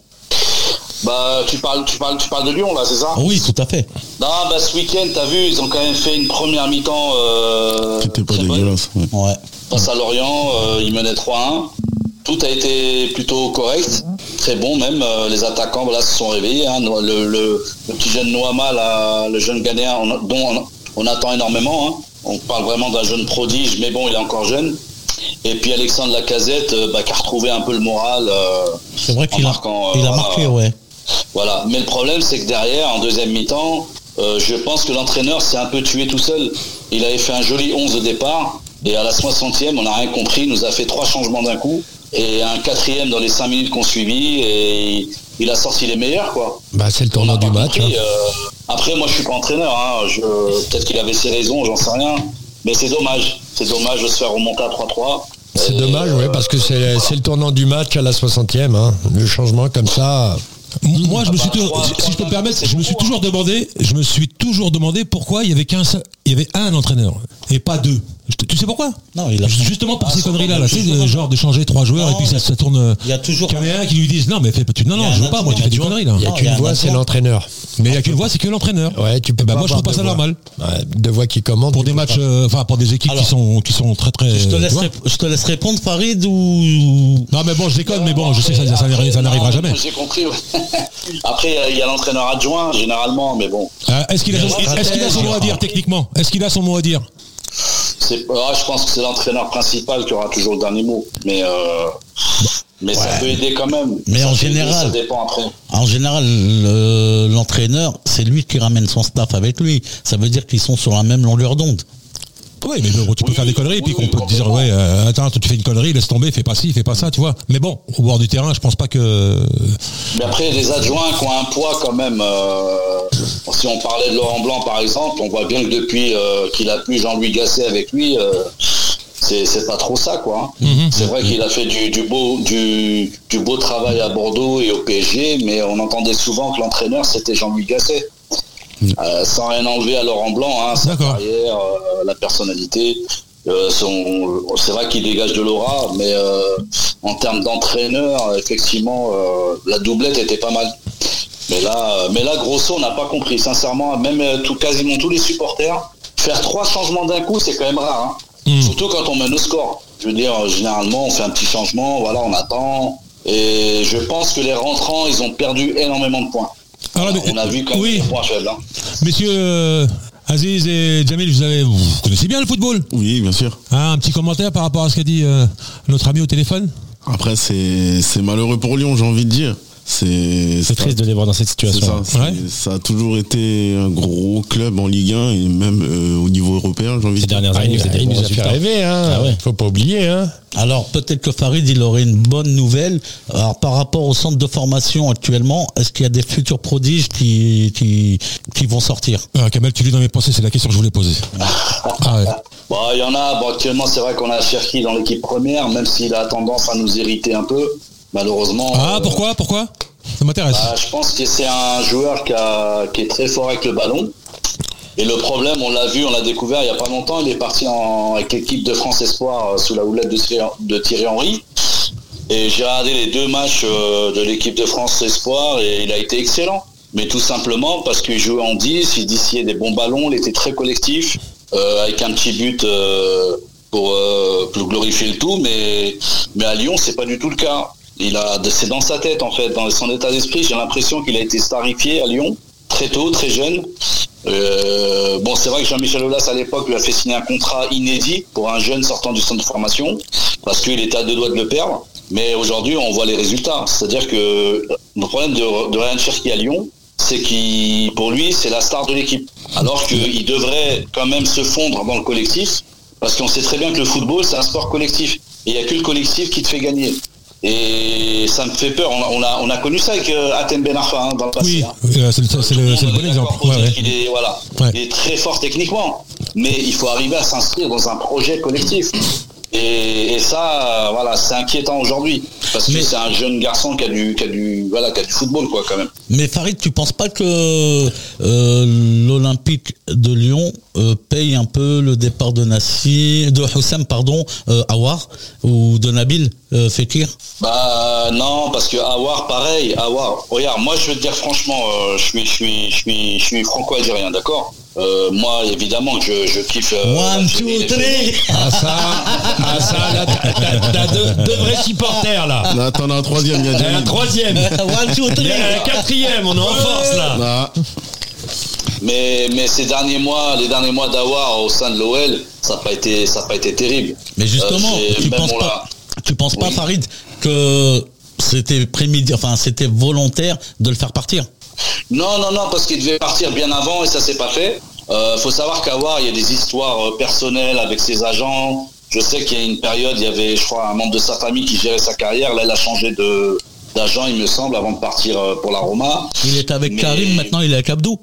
I: Bah, tu parles, tu parles, tu parles de Lyon là, c'est ça
F: Ah oui, tout à fait.
I: Non, bah ce week-end, t'as vu, ils ont quand même fait une première mi-temps. Euh,
D: C'était pas
I: très bonne.
D: dégueulasse. ouais.
F: Ouais.
I: Face à Lorient, euh, ils menaient 3-1. Tout a été plutôt correct, très bon même. euh, les attaquants voilà, se sont réveillés. hein. No- Le, le- le petit jeune Noama, là, le jeune Ghanéen, on- dont on, on attend énormément. hein. On parle vraiment d'un jeune prodige, mais bon, il est encore jeune. Et puis Alexandre Lacazette, euh, bah, qui a retrouvé un peu le moral. euh,
F: C'est vrai
I: En
F: qu'il a,
I: marquant, euh,
F: il a
I: voilà,
F: marqué,
I: euh,
F: ouais.
I: voilà. Mais le problème, c'est que derrière, en deuxième mi-temps, euh, je pense que l'entraîneur s'est un peu tué tout seul. Il avait fait un joli 11 de départ. Et à la 60e, on n'a rien compris. Il nous a fait trois changements d'un coup. Et un quatrième dans les cinq minutes qu'on suivit. Et il a sorti les meilleurs, quoi.
C: Bah, c'est le tournant
I: On
C: du
I: a pas
C: match.
I: compris,
C: hein.
I: euh, après, moi, je suis pas entraîneur. hein. Je- Peut-être qu'il avait ses raisons, j'en sais rien. Mais c'est dommage. C'est dommage de se faire remonter à 3-3.
C: C'est
I: Et,
C: dommage, ouais,
I: euh,
C: parce que c'est c'est le tournant du match à la 60e. hein. Le changement comme ça.
B: M- Moi, je me
I: Ah
B: suis
I: bah,
B: toujours,
I: trois,
B: si- si
I: trois,
B: je peux me
I: quatre,
B: permettre,
I: c'est
B: je me suis
I: beaucoup,
B: toujours demandé, je me suis toujours demandé pourquoi il y avait qu'un, seul- il y avait un entraîneur et pas deux. Je te- Tu sais pourquoi
F: Non, il a-
B: Justement pour
F: Ah,
B: ces
F: c'est
B: conneries-là,
F: pas
B: là,
F: bien,
B: tu sais,
F: justement.
B: le genre de changer trois joueurs
F: Non,
B: et puis ça,
F: mais-
B: ça tourne. euh,
F: Il y a toujours.
B: Qu'il y en ait un qui lui disent non, mais fais, tu, non,
F: Il y
B: non,
F: a
B: je
F: un
B: veux pas,
F: adjoint,
B: moi, tu
F: il y a
B: fais des
F: un
B: conneries là.
C: Oh, Il n'y a Ah.
F: Non, il y a
C: qu'une
F: un
C: voix, c'est
F: adjoint.
C: l'entraîneur.
B: Mais il y a qu'une voix, c'est que l'entraîneur.
C: Ouais, tu peux
B: Eh ben,
C: pas
B: moi, je
C: avoir
B: trouve pas
C: deux
B: ça
C: voix.
B: normal.
C: Ouais, deux voix qui commandent.
B: Pour
C: tu
B: des
C: peux
B: matchs,
C: pas.
B: euh, enfin, pour des équipes
F: Alors,
B: qui sont, qui sont très, très.
F: Je te, laisse,
B: tu vois.
F: rép- je te laisse répondre, Farid, ou.
B: Non, mais bon, je déconne, mais bon, je sais que ça, ça, n'arri- ça n'arrivera
I: Non,
B: jamais.
I: Ah, J'ai compris. ouais. Après, euh, il y a- il y a l'entraîneur adjoint, généralement, mais bon.
B: Euh, Est-ce qu'il a,
F: Il y a
B: son-
F: un
B: est-ce qu'il a son mot à dire techniquement Est-ce qu'il a son mot à dire
I: C'est- ah, je pense que c'est l'entraîneur principal qui aura toujours le dernier mot, mais euh, mais ça peut aider quand même.
F: Mais
I: Ça
F: en
I: peut aider,
F: général-
I: ça dépend après.
F: En général, le- l'entraîneur, c'est lui qui ramène son staff avec lui. Ça veut dire qu'ils sont sur la même longueur d'onde.
B: Oui, mais bon, tu peux
I: Oui,
B: faire des conneries,
I: oui,
B: puis
I: oui,
B: qu'on peut te dire,
I: complètement.
B: ouais, euh, attends, tu fais une connerie, laisse tomber, fais pas ci, fais pas ça, tu vois. Mais bon, au bord du terrain, je pense pas que.
I: Mais après, les adjoints qui ont un poids quand même. euh, si on parlait de Laurent Blanc, par exemple, on voit bien que depuis euh, qu'il a plus Jean-Louis Gasset avec lui, euh, c'est c'est pas trop ça, quoi. hein. C'est vrai qu'il a fait du, du beau, du, du beau travail à Bordeaux et au PSG, mais on entendait souvent que l'entraîneur, c'était Jean-Louis Gasset. Euh, sans rien enlever à Laurent Blanc, hein, sa
B: D'accord.
I: carrière, euh, la personnalité. euh, son- c'est vrai qu'il dégage de l'aura, mais euh, en termes d'entraîneur, effectivement, euh, la doublette était pas mal. Mais là, euh, mais là, grosso, on n'a pas compris. Sincèrement, même euh, tout, quasiment tous les supporters, faire trois changements d'un coup, c'est quand même rare. hein.
B: Hmm.
I: Surtout quand on mène au score. Je veux dire, euh, généralement, on fait un petit changement, voilà, on attend. Et je pense que les rentrants, ils ont perdu énormément de points.
B: Alors, Ah, mais-
I: on a vu quand même
B: oui.
I: des points faibles. hein.
B: Messieurs euh, Aziz et Jamil, vous, avez, vous connaissez bien le football
D: Oui, bien sûr.
B: Hein, Un petit commentaire par rapport à ce qu'a dit euh, notre ami au téléphone
D: Après, c'est c'est malheureux pour Lyon, j'ai envie de dire. C'est
G: C'est triste de les voir dans cette
D: C'est ça,
G: situation.
D: c'est-
B: Ouais.
D: ça a toujours été un gros club en Ligue 1 et même euh, au niveau européen, j'ai envie
G: Ces
D: de dire.
G: dernières
C: Ah, il
G: années,
C: nous,
G: c'était
C: il nous a fait rêver, hein.
G: Ah ouais.
C: Faut pas oublier, hein.
F: Alors peut-être que Farid il aurait une bonne nouvelle. Alors par rapport au centre de formation actuellement, est-ce qu'il y a des futurs prodiges qui qui, qui vont sortir
B: Ah, Kamel, tu lis dans mes pensées, c'est la question que je voulais poser. Ah ouais.
I: Bon, Bah, il y en a. Bon, actuellement, c'est vrai qu'on a Cherki dans l'équipe première, même s'il a tendance à nous irriter un peu, malheureusement.
B: Ah,
I: euh,
B: pourquoi Pourquoi Ça m'intéresse.
I: Bah, je pense que c'est un joueur qui, a- qui est très fort avec le ballon. Et le problème, on l'a vu, on l'a découvert il n'y a pas longtemps. Il est parti en- avec l'équipe de France Espoir euh, sous la houlette de Thierry, de Thierry Henry. Et j'ai regardé les deux matchs euh, de l'équipe de France Espoir et il a été excellent. Mais tout simplement parce qu'il jouait en 10, il distillait des bons ballons, il était très collectif, euh, avec un petit but euh, pour, euh, pour glorifier le tout. Mais, mais à Lyon, c'est pas du tout le cas. Il a, c'est dans sa tête en fait, dans son état d'esprit. J'ai l'impression qu'il a été starifié à Lyon très tôt, très jeune. Euh, bon, c'est vrai que Jean-Michel Aulas à l'époque lui a fait signer un contrat inédit pour un jeune sortant du centre de formation parce qu'il était à deux doigts de le perdre. Mais aujourd'hui, on voit les résultats. C'est-à-dire que le problème de, de Ryan Cherki à Lyon, c'est qu'il, pour lui, c'est la star de l'équipe. Alors qu'il devrait quand même se fondre dans le collectif parce qu'on sait très bien que le football, c'est un sport collectif. Et il n'y a que le collectif qui te fait gagner. Et ça me fait peur. On a, on a, on a connu ça avec euh, Atem Ben Arfa hein, dans le passé.
B: oui,
I: hein.
B: euh, c'est le, c'est
I: Tout
B: le-
I: monde
B: c'est le
I: est
B: bon exemple.
I: d'accord pour
B: Ouais,
I: dire
B: ouais.
I: qu'il est, voilà,
B: Ouais.
I: il est très fort techniquement, mais il faut arriver à s'inscrire dans un projet collectif. Et, et ça, euh, voilà, c'est inquiétant aujourd'hui parce que
F: Mais-
I: c'est un jeune garçon qui a du, qui a du, voilà, qui a du football quoi quand même.
F: Mais Farid, tu penses pas que euh, l'Olympique de Lyon euh, paye un peu le départ de Nassi, de Houssam, pardon, euh, Awar ou de Nabil euh, Fekir
I: Bah non, parce que Awar, pareil, Awar. Regarde, moi je veux te dire franchement, euh, je suis, je suis, je suis, je suis franco-algérien, d'accord. Euh, moi, évidemment, que je, je kiffe. euh,
F: One,
I: l'Algérie,
F: two,
I: les
F: three
C: Ah ça, ah ça, là, t'as- t'as- t'as deux, deux vrais supporters, là.
D: Là, t'en as un troisième, il y a
C: T'as la
D: Jamil.
C: troisième.
F: One, two,
C: Il
F: three
C: y a la quatrième, on est en force, là.
D: Ah,
I: Mais, mais ces derniers mois, les derniers mois d'Awar au sein de l'OL, ça n'a pas été, ça a pas été terrible.
F: Mais justement,
I: Euh, c'est-
F: tu
I: même
F: penses
I: on
F: pas, tu penses pas,
I: Oui.
F: Farid, que c'était prémédit, enfin c'était volontaire de le faire partir.
I: l'a- Non, non, non, parce qu'il devait partir bien avant et ça s'est pas fait. Euh, faut savoir qu'Awar, il y a des histoires euh, personnelles avec ses agents. Je sais qu'il y a une période, il y avait, je crois, un membre de sa famille qui gérait sa carrière. Là, il a changé de d'agent, il me semble, avant de partir euh, pour la Roma.
F: Il est avec
I: Mais-
F: Karim, maintenant il est avec Abdou.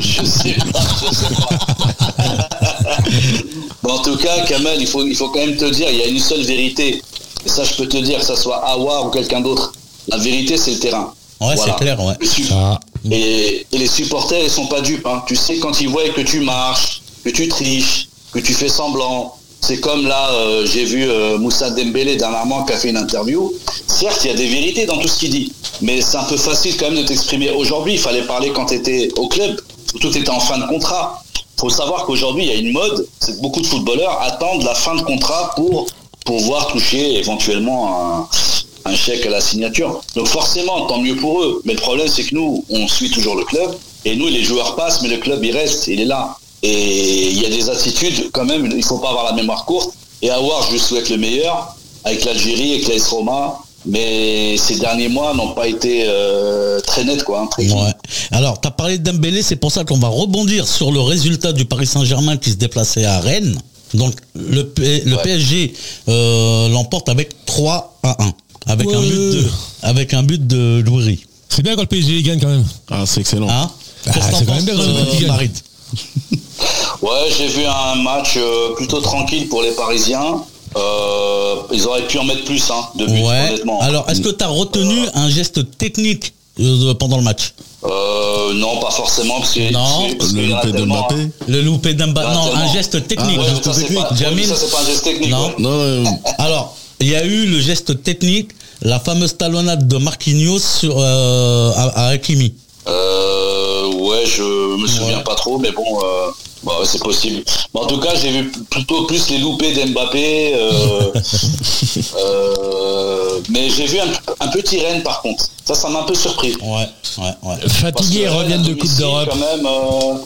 I: Je sais pas, je sais pas. Bon, en tout cas, Kamel, il faut, il faut quand même te dire, il y a une seule vérité. Et ça, je peux te dire, que ça soit Awa ou quelqu'un d'autre. La vérité, c'est le terrain.
F: Ouais, c'est clair, ouais.
I: Le su- Et, et les supporters, ils sont pas dupes. hein. Tu sais, quand ils voient que tu marches, que tu triches, que tu fais semblant, c'est comme là, euh, j'ai vu euh, Moussa Dembélé dernièrement qui a fait une interview. Certes, il y a des vérités dans tout ce qu'il dit, mais c'est un peu facile quand même de t'exprimer aujourd'hui. Il fallait parler quand tu étais au club, tout était en fin de contrat. faut savoir qu'aujourd'hui, il y a une mode, c'est que beaucoup de footballeurs attendent la fin de contrat pour pouvoir toucher éventuellement un, un chèque à la signature. Donc forcément, tant mieux pour eux. Mais le problème, c'est que nous, on suit toujours le club. Et nous, les joueurs passent, mais le club, il reste, il est là. Et il y a des attitudes, quand même, il ne faut pas avoir la mémoire courte. Et Awar, je lui souhaite le meilleur, avec l'Algérie, avec l'AS Roma. mais ces derniers mois n'ont pas été euh, très nets, quoi. hein, très
F: Ouais.
I: clairs.
F: Alors, tu as parlé de Dembélé, c'est pour ça qu'on va rebondir sur le résultat du Paris Saint-Germain qui se déplaçait à Rennes. Donc, le, P- le
I: Ouais.
F: PSG euh, l'emporte avec 3 à 1. Avec, un,
B: Ouais.
F: but de, avec un but de Loury.
B: C'est bien quand le PSG gagne quand même.
D: Ah, c'est excellent.
F: Hein
B: Bah,
F: Qu'est-ce que t'en
B: c'est quand même
F: penses,
B: bien,
F: euh,
B: quand il gagne.
F: Marid
I: Ouais, j'ai vu un match euh, plutôt tranquille pour les Parisiens. Euh, ils auraient pu en mettre plus, hein, de buts,
F: Ouais.
I: honnêtement.
F: Alors, est-ce que tu as retenu un geste technique euh, pendant le match
I: Euh, non, pas forcément, parce que
F: Non,
I: parce qu'il
D: Le
I: y en a
D: loupé de
I: tellement,
D: Mbappé.
I: hein.
F: Le loupé d'Mbappé
I: Ah,
F: Non, un
I: tellement.
F: geste technique.
I: Ouais, ça, c'est pas,
F: Jamil
I: ça, c'est pas un geste technique. hein.
F: Non.
I: ouais.
D: Non, euh,
F: Alors, il y a eu le geste technique, la fameuse talonnade de Marquinhos sur, euh, à, à Hakimi.
I: Euh, ouais, je me souviens pas trop, mais bon, euh, bah, ouais, c'est possible. Mais en tout cas, j'ai vu plutôt plus les loupés d'Mbappé. euh, euh, mais j'ai vu un, un petit Rennes, par contre. Ça, ça m'a un peu surpris.
F: Ouais, ouais, ouais.
I: Parce
C: Fatigués,
I: que
C: ils
I: Rennes,
C: reviennent
I: à
C: de Coupe
I: domicile,
C: d'Europe.
I: Quand même, euh,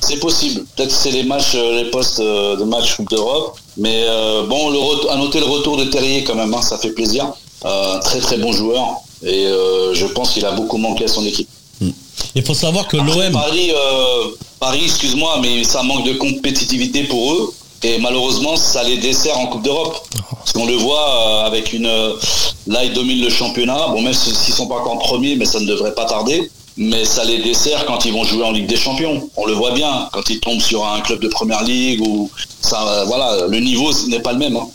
I: c'est possible. Peut-être que c'est les matchs, euh, les postes euh, de match Coupe d'Europe. Mais euh, bon, le ret- à noter le retour de Terrier quand même, hein, ça fait plaisir. Euh, très très bon joueur. Et euh, je pense qu'il a beaucoup manqué à son équipe.
F: Il faut savoir que
I: Après,
F: l'OM,
I: Paris, euh, Paris, excuse-moi, mais ça manque de compétitivité pour eux. Et malheureusement, ça les dessert en Coupe d'Europe. Parce qu'on le voit euh, avec une. euh, là, ils dominent le championnat. Bon, même si- s'ils sont pas qu'en premier, mais ça ne devrait pas tarder. Mais ça les dessert quand ils vont jouer en Ligue des Champions. On le voit bien. Quand ils tombent sur un club de première ligue ou. Ça, euh, voilà, le niveau ce n'est pas le même. hein.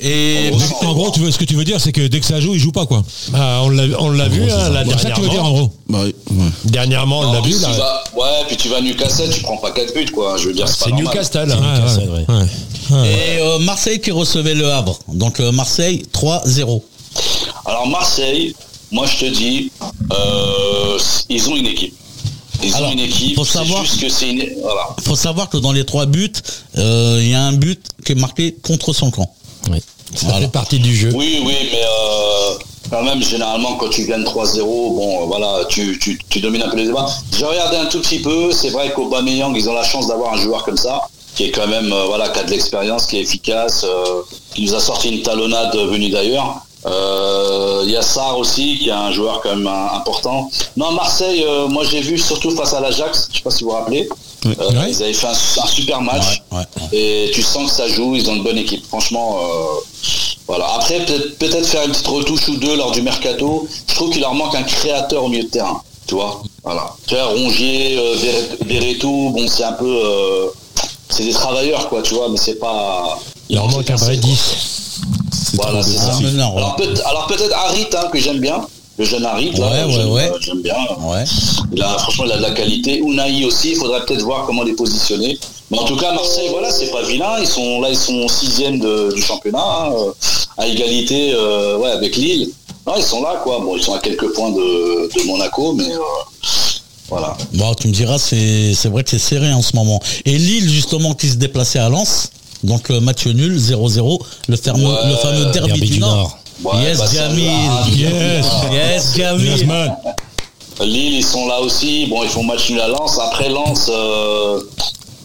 F: et
I: Ouais.
B: En gros, tu veux, ce que tu veux dire, c'est que dès que ça joue, il joue pas quoi.
C: Bah, on l'a- on l'a vu, hein, là,
B: C'est ça que tu veux dire en
C: dernièrement.
B: gros.
D: bah, oui, ouais.
C: Dernièrement, on l'a
I: Alors,
C: vu,
I: tu
C: là.
I: vas- ouais, puis tu vas à Newcastle, tu prends pas 4 buts, quoi. Je veux dire, c'est pas
C: Ah, C'est
I: normal.
C: Newcastle.
B: Ouais,
C: hein.
B: ouais,
G: ouais.
B: ouais.
F: et euh, Marseille qui recevait le Havre. Donc euh, Marseille 3-0.
I: Alors Marseille, moi je te dis, euh, ils ont une équipe. Ils
F: Alors,
I: ont une équipe.
F: faut
I: c'est
F: savoir-
I: juste que c'est une. Voilà.
F: Il faut savoir que dans les trois buts, euh, il y a un but qui est marqué contre son camp.
G: Ouais.
C: Ça
F: Voilà.
C: fait partie du jeu.
I: Oui, oui, mais euh, quand même, généralement, quand tu gagnes 3-0, bon, euh, voilà, tu, tu, tu domines un peu les débats. J'ai regardé un tout petit peu. C'est vrai qu'Aubameyang, ils ont la chance d'avoir un joueur comme ça, qui est quand même, euh, voilà, qui a de l'expérience, qui est efficace, euh, qui nous a sorti une talonnade venue d'ailleurs. Euh, Il y a Sarr aussi, qui est un joueur quand même euh, important. Non, Marseille, euh, moi j'ai vu surtout face à l'Ajax, je sais pas si vous vous rappelez. Euh,
B: Ouais.
I: Ils avaient fait un, un super match.
F: Ouais, ouais,
I: Et tu sens que ça joue, ils ont une bonne équipe. Franchement, euh, voilà. Après, peut-être peut-être faire une petite retouche ou deux lors du mercato. Je trouve qu'il leur manque un créateur au milieu de terrain. Tu vois Voilà. Tu vois, Rongier, euh, Verret- Verretou, bon, c'est un peu. euh, c'est des travailleurs, quoi, tu vois, mais c'est pas.
C: Il leur manque un vrai 10.
D: C'est
I: Voilà,
D: trop
I: c'est ça.
D: défensif.
F: Ah, mais non,
I: Alors peut- alors peut-être Harit, hein, que j'aime bien. Le jeune Harit, là,
F: Ouais,
I: le
F: ouais,
I: jeune,
F: ouais.
I: euh, j'aime bien.
F: ouais.
I: Il a- franchement, il a de la qualité. Unai aussi, il faudrait peut-être voir comment les positionner. Mais en tout cas, Marseille, voilà, c'est pas vilain. Ils sont là, ils sont sixième de- du championnat, hein, euh, à égalité euh, ouais, avec Lille. Non, ils sont là, quoi. Bon, ils sont à quelques points de, de Monaco, mais euh, voilà.
F: Bon, Bah, tu me diras, c'est c'est vrai que c'est serré en ce moment. Et Lille, justement, qui se déplaçait à Lens. Donc euh, match nul, 0-0. Le, fameux-
I: Ouais.
F: le fameux derby,
G: Derby
F: du,
G: du
F: Nord.
G: Nord.
I: Ouais,
F: yes,
I: bah, c'est un-
F: Jamil.
I: ah,
B: Yes.
F: Yes, Jamil.
B: Yes, man.
I: Lille, ils sont là aussi. Bon, ils font match nul à Lens. Après, Lens euh,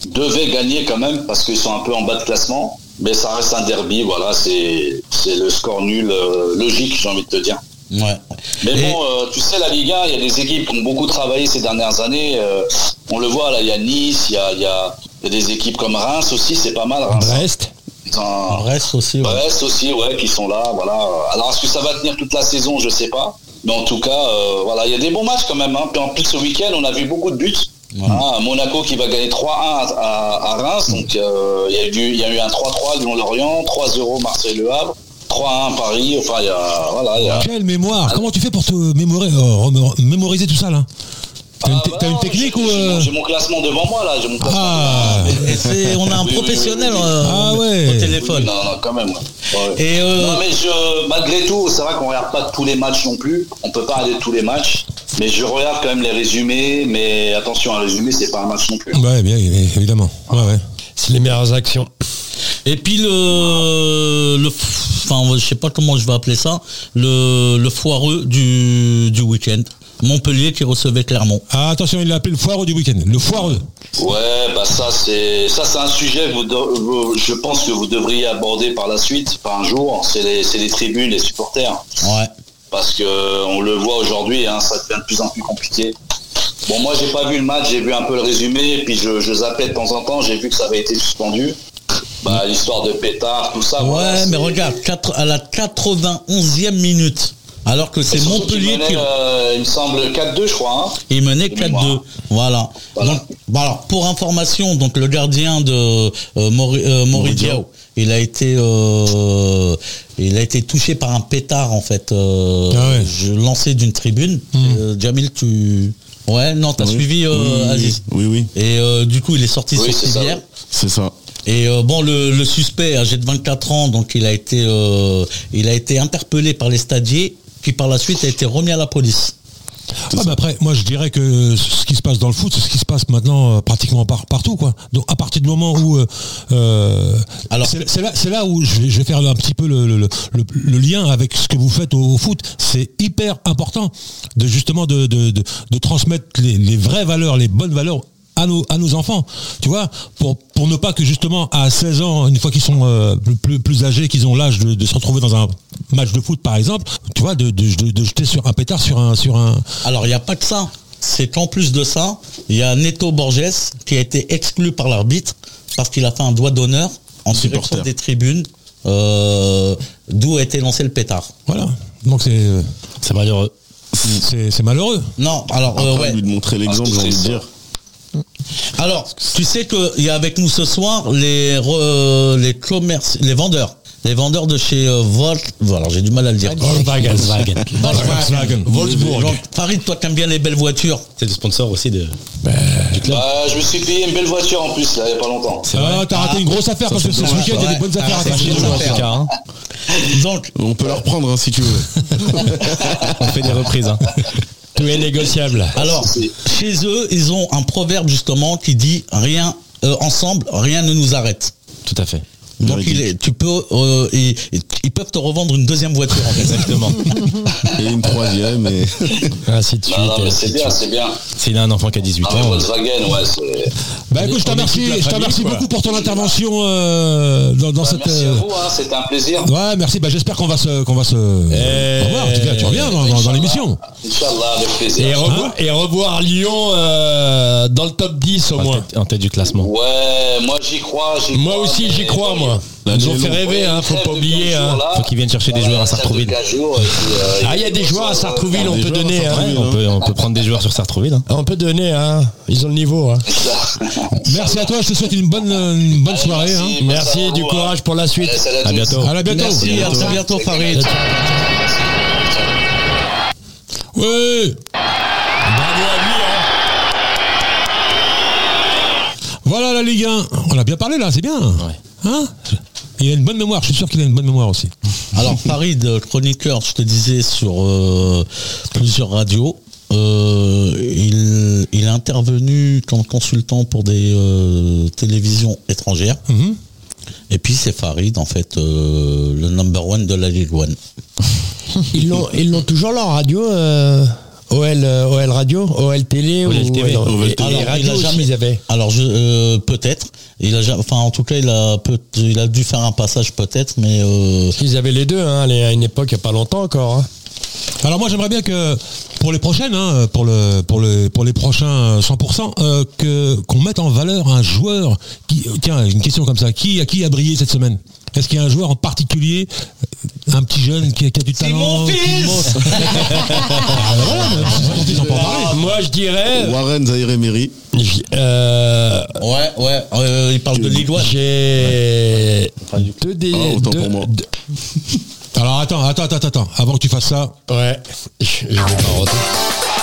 I: devait gagner quand même parce qu'ils sont un peu en bas de classement. Mais ça reste un derby, voilà. C'est c'est le score nul euh, logique, j'ai envie de te dire.
F: Ouais.
I: Mais
F: Et-
I: bon, euh, tu sais, la Ligue 1, il y a des équipes qui ont beaucoup travaillé ces dernières années. euh, on le voit, là, il y a Nice, il y a, il y a- il y a des équipes comme Reims aussi, c'est pas mal. Reims,
C: Brest.
I: Ils ont-
F: Brest aussi, ouais.
I: Brest aussi, ouais, qui sont là, voilà. Alors, est-ce que ça va tenir toute la saison Je sais pas. Mais en tout cas, euh, voilà, il y a des bons matchs quand même. hein. Puis en plus, ce week-end, on a vu beaucoup de buts. Hein, Monaco qui va gagner 3-1 à, à- à Reims. Donc, euh, il y, a eu du- il y a eu un 3-3 Lyon-Lorient, 3-0 Marseille-Le Havre, 3-1 Paris. Enfin, il y a, voilà, il y a,
B: Quelle mémoire Comment tu fais pour te mémorer- euh, remé- mémoriser tout ça là T'as une,
I: Ah,
B: te-
I: bah
B: t'as une
I: non,
B: technique
I: j'ai-
B: ou
I: j'ai mon-
B: euh,
I: J'ai mon classement devant moi là, j'ai mon classement.
B: Ah
F: Et c'est- on a un
I: Oui, oui,
F: professionnel
I: oui, oui.
F: euh,
B: Ah
F: au-
B: ouais.
F: au
I: devant moi.
F: téléphone.
I: Non, non, quand même. ouais. Ouais, ouais.
F: Et euh,
I: Non, mais je, malgré tout, c'est vrai qu'on regarde pas tous les matchs non plus. On peut pas regarder tous les matchs, mais je regarde quand même les résumés. Mais attention, un résumé, c'est pas un match non plus.
B: Ouais, bien évidemment. Ouais, ouais.
C: C'est les meilleures actions.
F: et puis le, le f- enfin je sais pas comment je vais appeler ça, le, le foireux du, du week-end. Montpellier qui recevait Clermont.
B: Ah, attention, il l'a appelé le foireux du week-end. Le foireux.
I: Ouais, bah ça c'est ça c'est un sujet que vous de- vous- je pense que vous devriez aborder par la suite, par un jour. C'est les, c'est les tribunes, les supporters,
F: Ouais.
I: parce que euh, on le voit aujourd'hui, hein, ça devient de plus en plus compliqué. Bon, moi j'ai pas vu le match, j'ai vu un peu le résumé, et puis je, je zappais de temps en temps. J'ai vu que ça avait été suspendu. Bah l'histoire de pétard, tout ça.
F: Ouais,
I: voilà, Ah c'est-
F: mais regarde, quatre- à la 91e minute, alors que c'est
I: surtout
F: Montpellier
I: qu'il menait,
F: qui...
I: euh, il me semble 4-2, je crois. hein.
F: Il menait
I: de mémoire.
F: 4-2. Voilà.
I: Voilà.
F: Donc, voilà. Pour information, donc le gardien de euh, Mori- euh, Moridiao, il a été, euh, il a été touché par un pétard en fait, euh,
B: Ah ouais. Hmm.
F: je- lancé d'une tribune. Euh, Jamil, tu, ouais, non, t'as
D: Oui.
F: suivi euh,
D: Oui, oui,
F: Aziz.
D: Oui, oui,
F: Et euh, du coup, il est sorti
I: Oui,
F: sur
I: c'est ça.
F: civière.
D: c'est ça.
F: Et euh, bon, le, le suspect, âgé de 24 ans, donc il a été, euh, il a été interpellé par les stadiers, puis par la suite a été remis à la police.
B: Ah, bah après, moi je dirais que ce qui se passe dans le foot, c'est ce qui se passe maintenant euh, pratiquement par- partout. Quoi. Donc à partir du moment où... euh, euh,
F: Alors-
B: c'est c'est là, c'est là où je vais, je vais faire un petit peu le, le- le- le- le lien avec ce que vous faites au, au foot. C'est hyper important de justement de, de- de- de transmettre les, les vraies valeurs, les bonnes valeurs à nos, à nos enfants, tu vois, pour, pour ne pas que justement à 16 ans, une fois qu'ils sont euh, plus- plus, plus âgés, qu'ils ont l'âge de, de se retrouver dans un match de foot par exemple, tu vois, de, de- de- de jeter sur un pétard sur un, sur un,
F: Alors, il n'y a pas que ça. C'est qu'en plus de ça, il y a Neto Borges qui a été exclu par l'arbitre parce qu'il a fait un doigt d'honneur en direction
D: Supporter.
F: des tribunes, euh, d'où a été lancé le pétard.
B: Voilà. Donc c'est euh,
G: C'est malheureux.
B: c'est c'est malheureux.
F: Non, alors,
D: Après,
F: euh, ouais.
D: lui de montrer l'exemple, j'ai
I: c'est
D: envie de
I: ça.
D: dire.
F: Alors, tu sais qu'il y a avec nous ce soir les, re- les, commerci- les vendeurs. Les vendeurs de chez euh, Volt. Voilà, j'ai du mal à le dire.
G: Volkswagen.
B: Volkswagen.
F: Wolfsburg. Donc, Farid, toi qui aimes bien les belles voitures.
G: C'est le sponsor aussi de.
I: Bah, je me suis payé une belle voiture en plus là, il y a pas longtemps.
B: Ah, t'as raté une grosse affaire parce que ce week-end il y a des bonnes affaires à
F: Ah, c'est
B: faire.
F: une grosse affaire. Donc,
D: On peut la reprendre hein, si tu veux.
G: On fait des reprises. hein. Tout est négociable.
F: Alors, chez eux, ils ont un proverbe justement qui dit rien euh, ensemble, rien ne nous arrête.
G: Tout à fait.
F: Donc
D: Véridique.
F: il est- tu peux, euh, ils, ils peuvent te revendre une deuxième voiture. En fait.
G: Exactement.
D: Et une troisième. Et...
G: Ainsi de suite.
I: Non, non, mais
G: ainsi
I: c'est
G: de
I: bien,
G: suite.
I: c'est bien.
G: S'il a un enfant qui a 18
I: Ah, mais
G: ans.
I: Volkswagen, ouais, c'est.
B: Bah écoute, je te
G: On
B: remercie,
G: équipe la
B: je te
G: famille,
B: remercie
G: quoi.
B: beaucoup pour ton intervention euh, dans, dans
I: Bah,
B: cette.
I: Merci à
B: euh,
I: vous, hein, c'était un plaisir.
B: Ouais, merci. Bah, j'espère qu'on va se, qu'on va se. Au revoir. En tout cas, tu reviens dans, dans- dans l'émission.
I: Inch'Allah, avec
C: Et,
I: plaisir.
C: revoir, et revoir Lyon euh, dans le top 10 au
G: En
C: moins.
G: tête, en tête du classement.
I: Ouais, moi j'y crois. j'y
C: Moi
I: crois,
C: aussi
I: mais
C: j'y crois
I: bon,
C: moi.
D: La
C: Ils ont
D: nuit
C: fait
D: est longue.
C: rêver, hein, faut
I: trêve
C: pas
I: de
C: oublier.
I: quinze
C: hein.
I: jours, là.
G: Faut qu'ils viennent chercher des
I: Voilà,
G: joueurs à
I: trêve de
G: Sartrouville.
I: quinze jours, et puis, euh,
C: Ah, il y a des joueurs à Sartrouville, on
D: Des
C: peut
D: joueurs à
C: donner. hein.
D: Sartrouville,
G: On peut, on peut prendre des joueurs sur Sartrouville. hein.
C: On peut donner, hein. ils ont le niveau. hein.
B: Merci à toi. Je te souhaite une bonne, euh, une bonne
I: Allez,
B: soirée. hein.
I: merci, bonne soirée
C: Merci,
I: à
C: du
I: vous,
C: courage pour la
I: hein.
C: suite.
I: Allez, salut
G: À
I: tous.
G: bientôt.
B: À la bientôt.
F: Merci, à très bientôt Farid.
B: Ouais. Voilà la Ligue 1. On a bien parlé là. C'est bien. Hein Il a une bonne mémoire. Je suis sûr qu'il a une bonne mémoire aussi.
F: Alors Farid, euh, chroniqueur, je te disais sur euh, plusieurs radios, euh, il, il est intervenu comme consultant pour des euh, télévisions étrangères.
B: Mhm.
F: Et puis c'est Farid en fait, euh, le number one de la Ligue One.
C: Ils l'ont, ils l'ont toujours leur radio euh, OL, euh, OL radio, OL télé,
G: OL
C: ou-
G: TV.
C: non,
D: OL
C: et- et
D: TV.
C: les
F: Alors, il
C: radios
F: a
C: aussi,
F: jamais-
C: ils avaient.
F: Alors je euh, peut-être, il a ja- enfin en tout cas il a peut- il a dû faire un passage peut-être, mais euh,
C: Ils avaient les deux, hein, les- à une époque, il n'y a pas longtemps encore. hein.
B: Alors moi j'aimerais bien que pour les prochaines, hein, pour le pour le pour les prochains euh, 100%, euh, que qu'on mette en valeur un joueur qui euh, tiens une question comme ça qui à qui a brillé cette semaine. Est-ce qu'il y a un joueur en particulier, euh, un petit jeune qui a, qui a du talent
F: mon
B: qui
F: fils
B: monte Ah, ben voilà, mais c'est gentil, j'en peux en parler.
C: Moi, je dirais.
D: Ah, Warren Zaire Emery.
C: j- euh,
F: ouais ouais, euh, il parle de Ligue One.
C: J'ai deux des.
D: Ah, autant
C: deux-
D: pour moi.
C: deux-
B: Alors attends, attends, attends, attends, avant que tu fasses ça,
C: ouais. Je, je vais pas rater.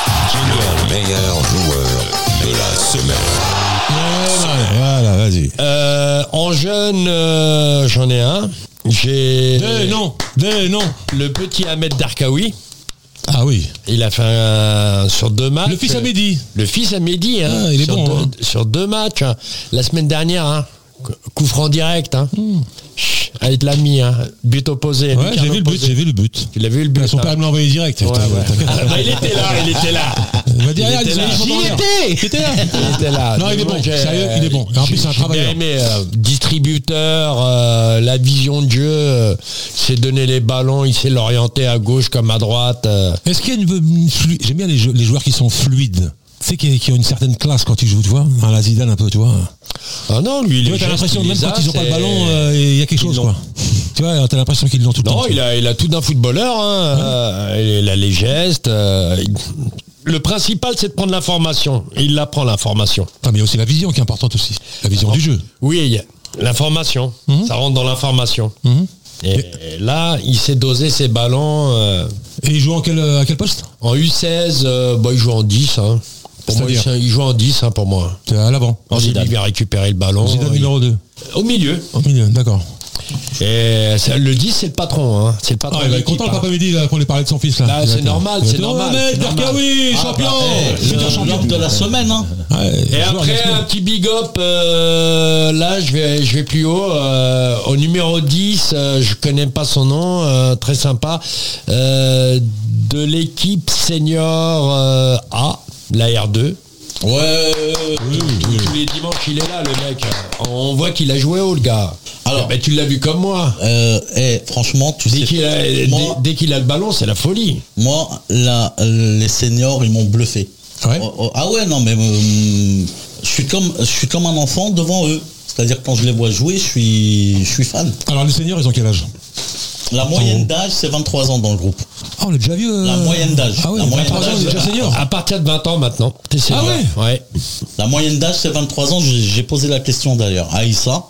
A: Le meilleur joueur de la semaine.
B: voilà, vas-y.
C: Euh, en jeune, euh, j'en ai un. J'ai
B: Des noms, des noms.
C: le petit Ahmed Darkawi.
B: Ah oui. Euh,
C: Il a fait un, sur deux matchs.
B: Le fils à Mehdi.
C: Le fils à Mehdi, hein,
B: Ah, il est
C: sur,
B: bon,
C: deux,
B: hein.
C: sur deux matchs. hein. La semaine dernière, hein, Coup franc direct, hein. Chut, Avec l'ami, hein. But opposé.
B: Hmm. Ouais,
C: lucarne
B: j'ai vu le but,
C: opposée.
B: j'ai vu le but.
C: Tu l'as vu le but
B: Ils sont
C: hein.
B: pas à me l'envoyer direct.
C: Ouais, ouais.
B: T'inquiète.
C: Ah, bah, il était là, il était là.
B: Il va dire,
C: Il
B: regarde,
C: était
B: ils sont
C: là.
B: pas
C: J'y
B: derrière. Il était là.
C: Il était là.
B: Non, il est
C: Donc,
B: bon.
C: j'ai-
B: Sérieux, il est bon. Et en plus, c'est un
C: j'ai
B: travailleur.
C: bien aimé, euh, distributeur, euh, la vision de jeu, euh, il s'est donné les ballons, il s'est l'orienter à gauche comme à droite. euh.
B: Est-ce qu'il y a une, une flu- J'aime bien les, jeux- les joueurs qui sont fluides. Tu sais, qui, qui ont une certaine classe quand ils jouent, tu vois. Un la Zidane un peu, tu vois.
C: Ah non, lui,
B: Tu
C: il
B: vois,
C: est.
B: t'as l'impression même quand ils ont pas le ballon, euh, il y a quelque
C: Ils
B: chose,
C: l'ont.
B: quoi. Tu vois, t'as l'impression qu'ils l'ont tout le temps.
C: Non, il a, il a tout d'un footballeur. hein. Euh, il a les gestes. euh, il- Le principal, c'est de prendre l'information. Il la prend, l'information.
B: Attends, Ah, mais il y a aussi la vision qui est importante aussi. La vision du jeu.
C: Oui, il y a- l'information.
B: Mhm.
C: Ça rentre dans l'information. Et, et là, il s'est dosé ses ballons. euh,
B: Et il joue en quel, euh, à quel poste
C: en U16, euh, bah, il joue en 10. hein. Pour moi,
B: C'est-à-dire
C: il- il joue en 10 hein, pour moi.
B: T'es à l'avant.
C: En
G: Zidane.
C: il vient récupérer le ballon.
B: Zidane
C: Oh, il-
B: numéro 2.
C: Au milieu.
B: Au milieu, d'accord.
C: Et ça- le 10, c'est le patron. hein. C'est le patron.
B: Ah, il
C: de
B: va être
C: l'équipe,
B: content le
C: hein.
B: papa midi là, qu'on ait parlé de son fils là.
C: Là,
B: Il va
C: c'est
B: être-
C: normal,
B: il va
C: c'est
B: être,
C: normal,
B: Oh, mec,
C: c'est normal.
B: Berkaoui,
C: Ah,
B: champion
C: bah, eh,
B: Putain,
C: le-
B: champion
F: L'homme de la semaine, hein.
B: Ouais,
C: Et
B: joueur
C: après
B: national.
C: un petit big up, euh, là je vais je vais plus haut euh, au numéro 10, euh, je connais pas son nom, euh, très sympa, euh, de l'équipe senior euh, A, la R2.
F: Ouais.
C: Tous les dimanches il est là le mec. On voit qu'il a joué haut le gars. Alors
F: Alors-
C: ben, tu l'as vu comme moi.
F: Euh, eh, franchement, tu
C: Dès
F: sais.
C: qu'il a, dès,
F: moi,
C: dès qu'il a le ballon, c'est la folie.
F: moi, la- les seniors, ils m'ont bluffé.
B: Ouais.
F: Oh, oh, ah ouais, non, mais euh, je suis comme, je suis comme un enfant devant eux. C'est-à-dire quand je les vois jouer, je suis, je suis fan.
C: euh,
B: Alors les seniors, ils ont quel âge
F: La
C: Oh.
F: moyenne d'âge, c'est 23 ans dans le groupe.
B: Ah, on est déjà vieux. euh.
F: La moyenne d'âge.
B: Ah oui,
F: La moyenne
B: 23 ans,
F: d'âge.
B: il est déjà senior.
C: À partir de 20 ans maintenant. t'es
B: Ah
C: senior. ouais.
F: La moyenne d'âge, c'est 23 ans. J'ai j'ai posé la question d'ailleurs à Issa.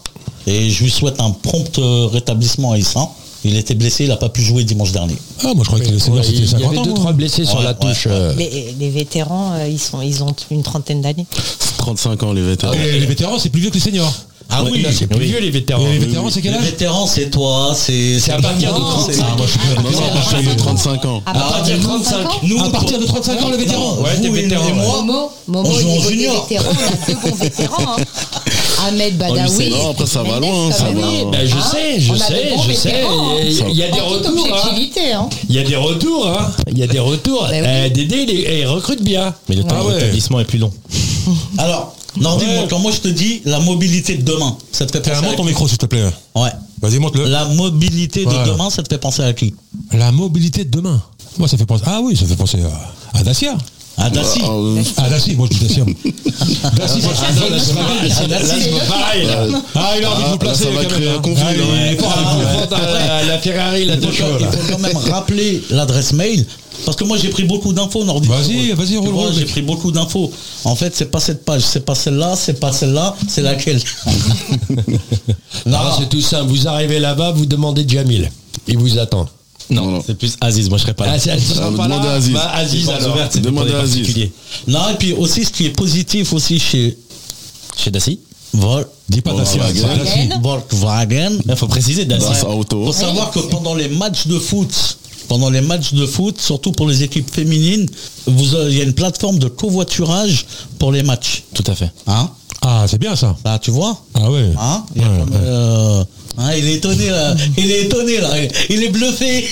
F: Et je lui souhaite un prompt euh, rétablissement à Issa. Il était blessé, il n'a pas pu jouer dimanche dernier.
B: Ah, moi je croyais que les seniors,
C: Ouais,
B: c'était
C: il y
B: 50
C: avait
B: ans. hein.
C: deux
B: moi.
C: trois blessés sur
F: Ouais,
C: la
F: ouais,
C: touche.
F: ouais.
C: euh.
E: Les, les vétérans, euh, ils, sont, ils ont une trentaine d'années.
D: 35 ans, les vétérans.
B: Et les vétérans, c'est plus vieux que les seniors.
F: Ah oui,
C: Là, c'est plus vieux les vétérans.
B: Et les vétérans, c'est quel
F: les
B: âge
F: vétérans, c'est toi, c'est...
C: C'est à partir de
F: Non,
C: 30.
F: c'est-
B: Ah, moi je suis
D: Non, non, moi, j'ai 35 ans.
E: À partir de 35 ans
F: Nous,
B: À partir de 35 ans, les vétérans.
C: Ouais,
F: vous
C: t'es
F: et-
C: vétéran,
F: et
C: ouais.
F: moi,
E: Momo, Momo,
F: on
E: au
F: joue en
E: niveau des
F: junior.
E: vétérans, on a deux bons vétérans. hein.
C: Oh,
E: Ahmed Badawi.
D: Non, après, ça va
E: Mendes,
D: loin,
E: quand
D: ça
E: même,
D: va.
E: hein.
C: Ben, je
E: Ah,
C: sais, je
E: on a
C: sais,
E: des bons
C: je sais.
E: vétérans, hein.
C: Il y a des
E: En toute
C: retours. hein.
E: objectivité, hein.
C: Il y a des retours. hein. Il y a des retours.
E: Ben oui.
C: Euh, Dédé, il, est- il recrute bien.
G: Mais le temps
B: Ah
G: de
B: ouais.
G: rétablissement est plus long.
F: Alors, Nordi, moi, quand moi je te dis la mobilité de demain, ça te fait penser
B: Ah, Monte
F: à
B: ton
F: qui
B: micro, s'il te plaît.
F: Ouais.
B: Vas-y, monte-le.
F: La mobilité de
B: Voilà.
F: demain, ça te fait penser à qui
B: La mobilité de demain. Moi, ça fait penser. Ah oui, ça fait penser à- à Dacia.
F: À Daci.
D: Ah, euh,
B: Ah, Dacia, moi je dis Dacia. Dacia, c'est-
C: Ah non, là, c'est pas mal.
F: Là,
C: Là, c'est pas pareil, là.
B: Ah, il a envie de
D: Ah,
B: vous placer.
D: là, ça va
B: quand même,
D: créer un
B: hein.
D: conflit,
B: Ah, il
D: là,
B: est
D: ouais.
B: fort,
F: Ah,
B: avec vous.
F: ouais.
C: La- La Ferrari, la
F: il,
C: deux
F: faut quand,
C: chevaux,
F: il
C: là.
F: faut quand même rappeler l'adresse mail. Parce que moi j'ai pris beaucoup d'infos, Nordi.
B: Vas-y, vas-y,
F: Tu
B: roule,
F: vois,
B: roule,
F: J'ai
B: mec.
F: pris beaucoup d'infos. En fait, c'est pas cette page, c'est pas celle-là, c'est pas celle-là, c'est laquelle
C: Ah,
F: Non,
C: C'est tout simple. Vous arrivez là-bas, vous demandez Jamil. Il vous attend.
G: Non,
D: non.
G: c'est plus Aziz, moi je serais pas là.
C: Ah, c'est- elles sont
D: Ah,
C: pas
D: demandez
C: là
D: à Aziz.
C: Bah,
G: Les
C: Aziz,
G: portes
C: alors.
G: ouvertes, c'est
D: Demande
G: pour les
D: à Aziz.
G: particuliers.
F: non, et puis aussi ce qui est positif aussi chez
B: Ah.
G: Chez Dassi
F: Vol-
B: Dis pas Dacia.
D: Volkswagen.
B: c'est Dacia.
F: Volkswagen,
G: Il faut préciser Dassi.
D: Grâce à Auto.
F: Faut savoir que pendant les matchs de foot, pendant les matchs de foot, surtout pour les équipes féminines, vous, euh, il y a une plateforme de covoiturage pour les matchs.
G: Tout à fait.
F: Hein
B: Ah, c'est bien ça.
F: Là, tu vois
B: Ah ouais.
F: Hein Il y a
B: Ouais,
F: comme,
B: ouais.
F: euh, hein, il est étonné là, il est étonné là, il est bluffé.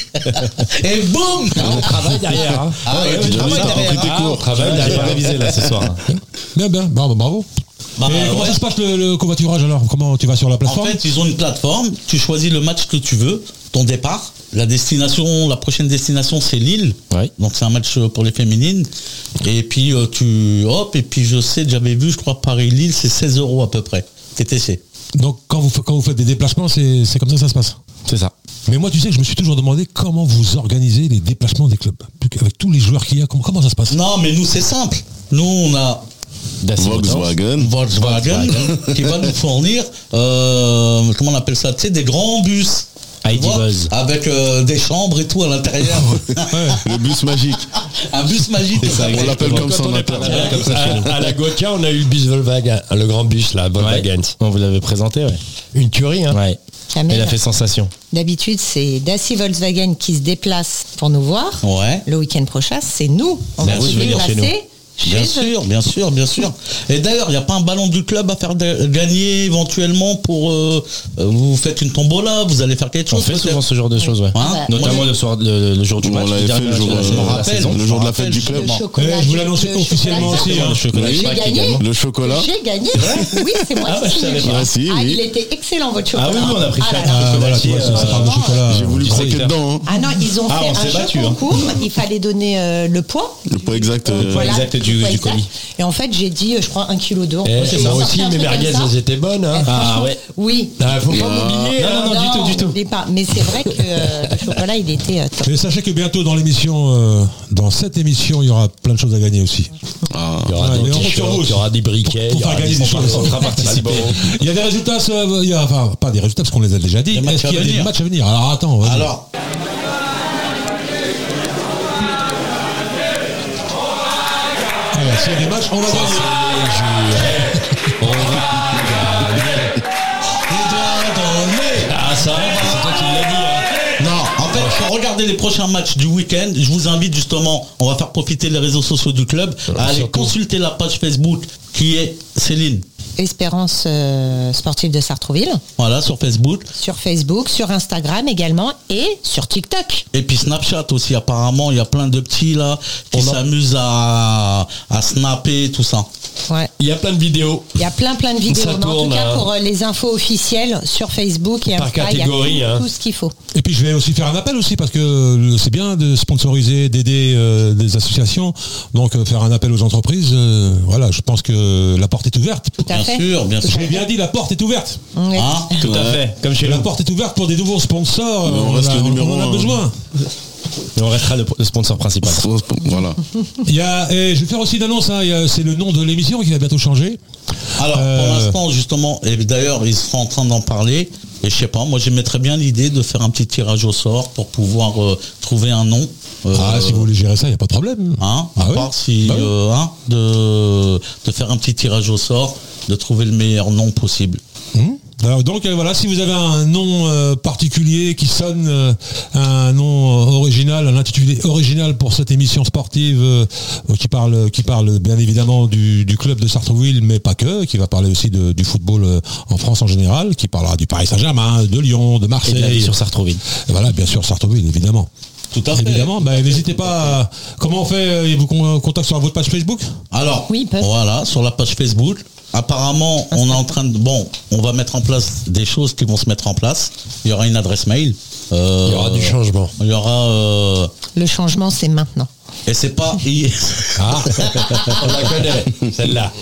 F: Et boum
C: On travaille derrière. hein.
F: Ah ouais, tu
D: Jamil,
F: travailles
D: t'as repris
F: derrière,
D: tes
F: hein.
D: cours.
G: On travaille derrière. réviser là ce soir.
B: Bien, bien. Bravo. bravo.
F: Bah,
B: Et comment
F: ouais.
B: ça se passe le, le covoiturage alors Comment tu vas sur la
F: En
B: plateforme
F: fait, ils ont une plateforme, tu choisis le match que tu veux, ton départ. La destination, la prochaine destination, c'est Lille.
G: Ouais.
F: Donc c'est un match euh, pour les féminines. Et puis euh, tu hop, et puis je sais, j'avais vu, je crois, Paris-Lille, c'est 16 euros à peu près. TTC.
B: Donc quand vous, fa- quand vous faites des déplacements, c'est c'est comme ça que ça se passe
G: C'est ça.
B: mais moi, tu sais que je me suis toujours demandé comment vous organisez les déplacements des clubs. Avec tous les joueurs qu'il y a, comment, comment ça se passe
F: Non, mais nous, c'est simple. Nous, on a
G: Dassi.
D: Volkswagen.
F: Volkswagen qui va nous fournir, euh, comment on appelle ça, tu sais, des grands bus. tu
G: ID
F: vois,
G: Buzz.
F: Avec euh, des chambres et tout à l'intérieur.
D: Le bus magique.
F: un bus magique.
D: On l'appelle comme ça
C: Quand
D: en
C: on est
D: interne.
C: parti à, à la Gotia, on a eu le bus Volkswagen, le grand bus là, Volkswagen.
G: On vous l'avait présenté, ouais.
C: Une tuerie, hein.
G: Ouais.
E: Jamel,
G: Elle a fait sensation.
E: D'habitude, c'est Dacia Volkswagen qui se déplace pour nous voir.
F: Ouais.
E: Le week-end prochain, c'est nous. On
G: Bah
E: va
G: oui,
E: se
G: je vais venir chez
E: déplacer
F: Bien
E: Chez eux.
F: sûr, bien sûr, bien sûr. Et d'ailleurs, il n'y a pas un ballon du club à faire de- gagner éventuellement pour euh, euh, vous faites une tombola, vous allez faire quelque
G: On
F: chose.
G: fait
F: peut-être.
G: souvent ce genre de choses, ouais.
F: Hein
E: Ouais.
G: Notamment le soir, le, le jour du
D: On
G: match.
D: l'avait
G: le
D: fait le
G: dernier
D: jour,
G: match
F: Je
D: euh,
G: de la-
F: me
G: de la
F: rappelle.
G: saison.
D: le jour de la
F: rappelle,
D: fête du
F: je-
D: club.
E: Le chocolat.
B: Eh, je vous l'annonce
E: le
B: officiellement
E: chocolat.
B: aussi, hein.
G: Je connais
E: J'ai
G: pas
E: gagné.
G: également.
D: Le chocolat.
E: J'ai gagné. Oui, c'est moi
G: Ah, bah, je
E: qui
G: savais
E: l'ai eu.
G: pas.
D: Ah, si,
E: Ah,
D: oui.
E: il était excellent votre
G: Ah
E: chocolat.
G: oui, oui, on a pris
E: Ah
G: ça.
E: là là.
B: Ah, voilà, tu vois, ça, ça parle de
F: Ah,
B: chocolat.
D: J'ai voulu
G: Tu sais
D: croquer
G: faire.
D: dedans. hein.
E: Ah non, ils ont
G: Ah, on
E: fait
G: s'est
E: un
G: battu,
E: jeu
G: hein.
E: concours. Il fallait donner euh, le poids.
D: Le poids exact.
E: Le
D: euh,
E: poids
G: exact
E: exact,
G: du-
E: le poids
G: du
E: exact.
G: colis.
E: Et en fait, j'ai dit, euh, je crois, un kilo d'euro.
C: Eh,
E: C'est
C: moi
E: sorti
C: aussi,
E: un
C: mes
E: truc comme
C: merguez,
E: ça.
C: elles étaient bonnes. Hein.
E: Eh,
G: Ah
E: franchement,
G: ouais. Bah, euh,
E: Oui.
C: Ah, faut pas m'oublier.
G: Non,
C: hein.
E: euh,
G: non, non, du tout, du tout.
E: n'oublie pas. Mais c'est vrai que euh, le chocolat, il était euh, top.
B: Et sachez que bientôt dans l'émission, euh, dans cette émission, il y aura plein de choses à gagner aussi.
D: ah.
C: Il y aura
B: Ouais, mais
C: des
B: on compte sur vous
C: t-shirts, il y aura des briquets,
B: Pour
C: il y
B: faire
C: aura
B: gagner des choses.
C: on fera participer.
B: Il y a des résultats, ça, euh, il y a, enfin pas des résultats parce qu'on les a déjà dit.
F: Des matchs
B: Est-ce qu'il y a
F: à
B: des
F: venir.
B: matchs à venir Alors attends. vas-y.
F: Alors,
B: Alors, s'il y a des matchs, on va gagner.
C: hein,
F: les doigts dans le nez.
C: Ah, ça, c'est toi qui l'as dit. hein.
F: Non, en fait, pour regarder les prochains matchs du week-end, je vous invite justement, on va faire profiter les réseaux sociaux du club, à aller
C: surtout.
F: consulter la page Facebook qui est Céline.
E: Espérance euh, sportive de Sartrouville.
F: Voilà, sur Facebook.
E: Sur Facebook, sur Instagram également et sur TikTok.
F: Et puis Snapchat aussi, apparemment, il y a plein de petits là qui s'amusent à, à snapper, tout ça.
E: Ouais.
C: Il y a plein de vidéos.
E: Il y a plein plein de vidéos.
C: Ça
E: mais en
C: tourne,
E: tout cas,
C: hein.
E: pour euh, les infos officielles sur Facebook et
C: Par
E: Insta,
C: catégorie,
E: il y a
C: hein.
E: tout, tout ce qu'il faut.
B: Et puis je vais aussi faire un appel aussi parce que euh, c'est bien de sponsoriser, d'aider euh, des associations. Donc euh, faire un appel aux entreprises. euh, voilà, je pense que la porte est ouverte.
E: Tout à
F: Bien
E: fait.
F: sûr, bien
B: Je
F: sûr.
B: l'ai bien dit, la porte est ouverte.
E: Oui.
F: Hein
G: Tout à fait, comme chez
B: La
G: nous.
B: porte est ouverte pour des nouveaux sponsors.
D: Mais on
B: euh,
D: reste
B: a-
D: le numéro
B: on en
D: un.
B: a besoin.
G: Et on restera le, le sponsor principal.
D: Voilà.
B: Il y a, et je vais faire aussi une annonce. hein, il y a- c'est le nom de l'émission qui va bientôt changer.
F: Alors,
B: Euh,
F: pour l'instant, justement, et d'ailleurs, ils seront en train d'en parler. Et je sais pas, moi, j'aimerais bien l'idée de faire un petit tirage au sort pour pouvoir euh, trouver un nom. euh,
B: Ah, si vous voulez gérer ça, il n'y a pas de problème.
F: hein,
B: Ah
F: à
B: oui
F: part si,
B: Bah oui.
F: euh, hein, de, de faire un petit tirage au sort, de trouver le meilleur nom possible.
B: Mhm. Alors, donc euh, voilà, si vous avez un nom euh, particulier qui sonne, euh, un nom euh, original, un intitulé original pour cette émission sportive euh, qui parle, qui parle bien évidemment du, du club de Sartrouville, mais pas que, qui va parler aussi de- du football euh, en France en général, qui parlera du Paris Saint-Germain, de Lyon, de
G: Et de la vie
B: Marseille.
G: sur Sartrouville.
B: Et voilà, bien sûr Sartrouville, évidemment.
F: Tout à fait.
B: Évidemment, bah, n'hésitez pas. à- Comment on fait euh, Ils vous con- contactent sur votre page Facebook
F: Alors,
E: Oui, ils peuvent.
F: voilà, sur la page Facebook. Apparemment, on est en train de... Bon, on va mettre en place des choses qui vont se mettre en place. Il y aura une adresse mail. Euh,
C: Il y aura du changement.
F: Il y aura... euh,
E: Le changement, c'est maintenant.
F: et c'est pas...
C: Ah, on la connaît, celle-là.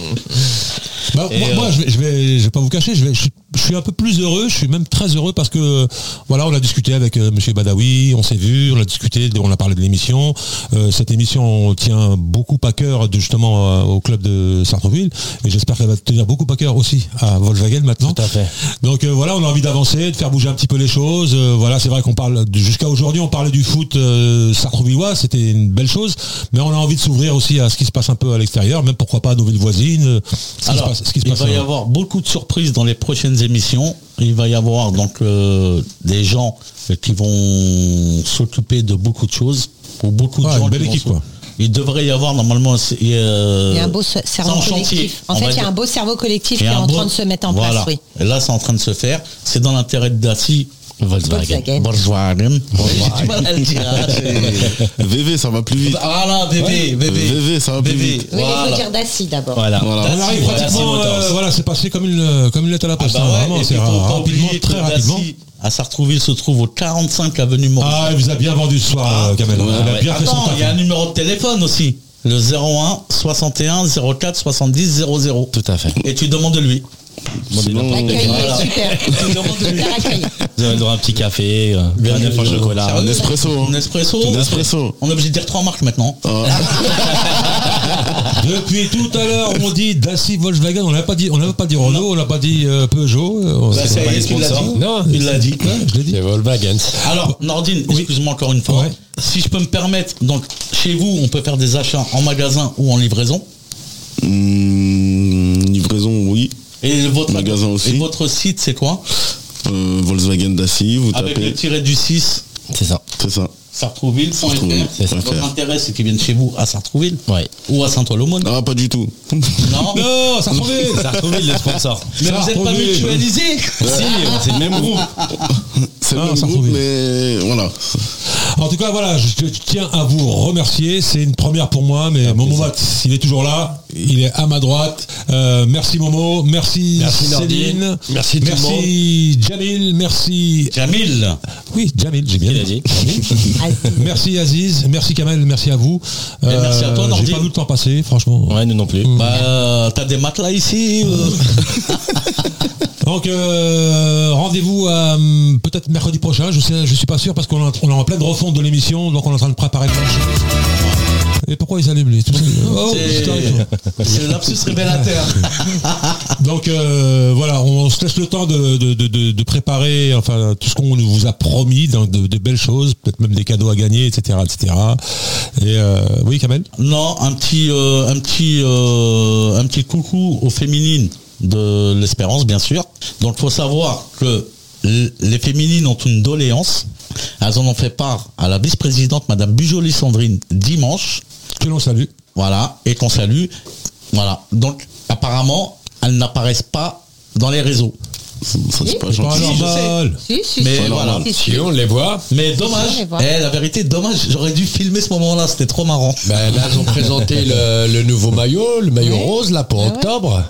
B: Bah,
F: Et,
B: moi,
F: euh,
B: moi, je, vais, je vais, je vais pas vous cacher, je, vais, je, je suis un peu plus heureux, je suis même très heureux parce que euh, voilà, on a discuté avec euh, Monsieur Badawi, on s'est vu, on a discuté, on a parlé de l'émission. Euh, cette émission on tient beaucoup à cœur de, justement euh, au club de Sartreville et j'espère qu'elle va tenir beaucoup à cœur aussi à Volkswagen maintenant.
G: Tout à fait.
B: Donc euh, voilà, on a envie d'avancer, de faire bouger un petit peu les choses. Euh, voilà, c'est vrai qu'on parle de- jusqu'à aujourd'hui, on parlait du foot euh, sartrouvillois, c'était une belle chose, mais on a envie de s'ouvrir aussi à ce qui se passe un peu à l'extérieur, même pourquoi pas à nos villes voisines. euh, Ce qui
F: Alors,
B: se passe, ce qui se
F: il
B: passe,
F: va y
B: euh,
F: avoir beaucoup de surprises dans les prochaines émissions. Il va y avoir donc euh, des gens qui vont s'occuper de beaucoup de choses ou beaucoup de
B: Ouais,
F: gens.
B: Ah, une belle
F: qui vont
B: équipe,
F: se-
B: quoi.
F: Il devrait y avoir normalement. c'est- euh,
E: Il y a un beau ce-
F: c'est
E: cerveau
F: en chantier, Ah, bah,
E: collectif. En
F: on
E: fait,
F: va
E: il y a
F: dire.
E: un beau cerveau collectif qui
F: Et
E: est
F: un
E: en
F: beau-
E: train de se mettre en
F: voilà.
E: place, oui.
F: Et là, c'est en train de se faire. C'est dans l'intérêt de Daci.
E: Volkswagen.
F: Volkswagen. J'ai du mal à le dire. hein, c'est-
D: VV, ça va plus
F: Ah,
D: vite.
F: Voilà, bébé, bébé.
D: VV, ça va plus
F: Bébé.
D: vite.
E: Oui, mais il
F: Voilà.
E: faut dire d'acide d'abord.
G: Voilà.
D: Voilà.
B: On arrive
F: Voilà,
B: pratiquement,
G: c'est
B: euh,
G: Motors.
B: voilà, c'est passé comme une, euh, comme une lettre à la
F: Ah
B: poste.
F: bah
B: hein,
F: ouais,
B: vraiment,
F: et
B: c'est
F: puis faut
B: ra-
F: pas
B: rapidement,
F: oublier
B: très
F: que
B: rapidement.
F: Daci, À Sartrouville se trouve au 45 avenue Maurice.
B: Ah, il vous a bien vendu ce soir, euh, Kamel. il a
F: Ah, Ouais.
B: bien fait son
F: Attends,
B: taf.
F: il y a un numéro de téléphone aussi. Le 01 61 04 70 00.
G: Tout à fait.
F: Et tu demandes de lui.
D: Sinon,
E: L'accueil
F: Voilà.
E: est super. super accueil.
G: Vous avez le droit à un petit café, euh,
F: Bien
G: un
F: vu,
G: café au
F: bien vu.
G: chocolat.
D: un espresso. hein.
F: Nespresso.
D: Nespresso.
F: On est obligé de dire trois marques maintenant.
B: Depuis tout à l'heure, on dit Dacia Volkswagen, on n'a pas dit, on n'a pas dit Renault, on n'a pas dit euh, Peugeot. euh, on-
F: Bah, ça y
G: pas
F: est,
G: les
F: tu l'as
G: sponsors.
F: dit.
C: Non.
F: il l'a dit.
B: Ouais, je l'ai dit.
C: C'est Volkswagen.
F: Alors, Nordine, excuse-moi encore une fois.
B: Ouais.
F: Si je peux me permettre, donc chez vous, on peut faire des achats en magasin ou en livraison.
D: Mmh, livraison, oui.
F: Et votre,
D: Magasin aussi.
F: Et votre site, c'est quoi
D: Euh, Volkswagen Dacia, vous
F: Avec le
D: tapez.
F: tiret du 6.
G: C'est ça.
D: C'est ça.
F: Sartrouville, sans
D: Sartrouville,
F: FR. C'est ça.
D: sans
F: Votre
D: FR.
F: intérêt, c'est qu'ils viennent chez vous à Sartrouville
G: Ouais.
F: ou à Saint-Ouen-l'aumône.
D: Ah, pas du tout.
F: Non,
B: Non, ça revient.
G: Ça a retrouvé le sponsor.
F: mais vous n'êtes pas
B: Sartrouville.
F: mutualisés
G: si, c'est le même groupe.
D: C'est le
B: Ah,
D: même
B: ça
D: groupe,
B: revient.
D: mais voilà.
B: En tout cas, voilà, je te- tiens à vous remercier. C'est une première pour moi, mais Momo Mat, il est toujours là. Il est à ma droite. Euh, merci Momo, merci,
C: Merci Nordine.
B: Céline,
C: Merci tout le
B: merci Jamil, merci.
F: Jamil
B: Oui, Jamil, j'ai bien
G: Il a dit.
B: Merci Aziz, merci Kamel, merci à vous. Euh,
F: merci à toi,
B: J'ai
F: Nordine.
B: pas vu le temps passer, franchement.
G: Ouais, nous non plus.
F: Bah, euh, t'as des matelas ici euh,
B: Donc euh, rendez-vous euh, peut-être mercredi prochain, je sais, je suis pas sûr parce qu'on est en- on est en pleine refonte de l'émission, donc on est en train de préparer plein de choses. Et pourquoi ils allument les tout ça Oh,
F: C'est
B: putain.
F: c'est le lapsus révélateur.
B: Donc euh, voilà, on se laisse le temps de, de- de- de- de préparer enfin tout ce qu'on vous a promis, donc de, de belles choses, peut-être même des cadeaux à gagner, etc. etc. Et euh, oui, Kamel
F: Non, un petit, euh, un petit, euh, un petit coucou aux féminines de l'espérance, bien sûr. Donc, faut savoir que l- les féminines ont une doléance. Elles en ont fait part à la vice-présidente, Madame Bujoli Sandrine, dimanche.
B: Que l'on salue.
F: Voilà, et qu'on salue. Voilà. Donc, apparemment, elles n'apparaissent pas dans les réseaux.
D: Ça, c'est pas
B: Pas
D: gentil.
B: normal.
J: Si, si,
F: Mais
J: si,
F: voilà.
J: si, si.
C: Si on les voit,
F: Mais
J: Je vais
F: dommage.
J: voir.
F: Eh, la vérité, dommage. J'aurais dû filmer ce moment-là. C'était trop marrant.
C: ben, là ils ont présenté le, le nouveau maillot, le maillot rose là pour
J: Ah ouais.
C: octobre.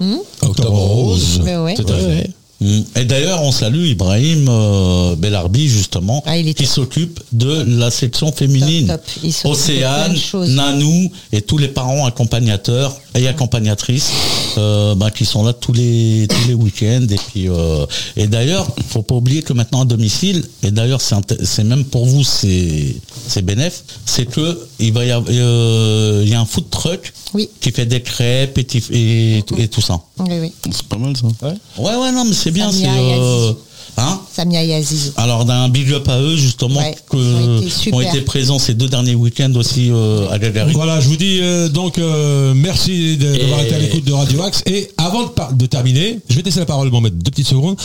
C: Octobre rose.
J: Mais ouais.
C: Ouais.
F: Mm. Et d'ailleurs, on salue Ibrahim euh, Bellarbi, justement,
E: Ah, il est
F: qui
E: top.
F: s'occupe de la section féminine.
E: Top, top. Il s'occupe de
F: Océane,
E: plein de choses. Ah.
F: Nanou et tous les parents accompagnateurs et accompagnatrices euh, bah, qui sont là tous les, tous les week-ends. Et, puis, euh, et d'ailleurs, faut pas oublier que maintenant à domicile, et d'ailleurs c'est inté- c'est même pour vous, c'est c'est bénéf, c'est que il va y avoir euh, il y a un food truck
E: Oui.
F: qui fait des crêpes et, tif- et, tout- et tout ça.
E: Oui, oui.
D: C'est pas mal ça.
F: Ouais, ouais, non, mais c'est bien. C'est,
E: Samia et
F: euh,
E: Aziz.
F: hein
E: Samia et Aziz.
F: alors d'un big up à eux justement
E: Ouais,
F: que-
E: ils ont été
F: ont
E: super.
F: été présents ces deux derniers week-ends aussi euh, à Gagarine.
B: Voilà, je vous dis euh, donc euh, merci de- d'avoir
F: Et-
B: été à l'écoute de Radio Axe. Et avant de, par- de terminer, je vais te laisser la parole, bon, mettre deux petites secondes.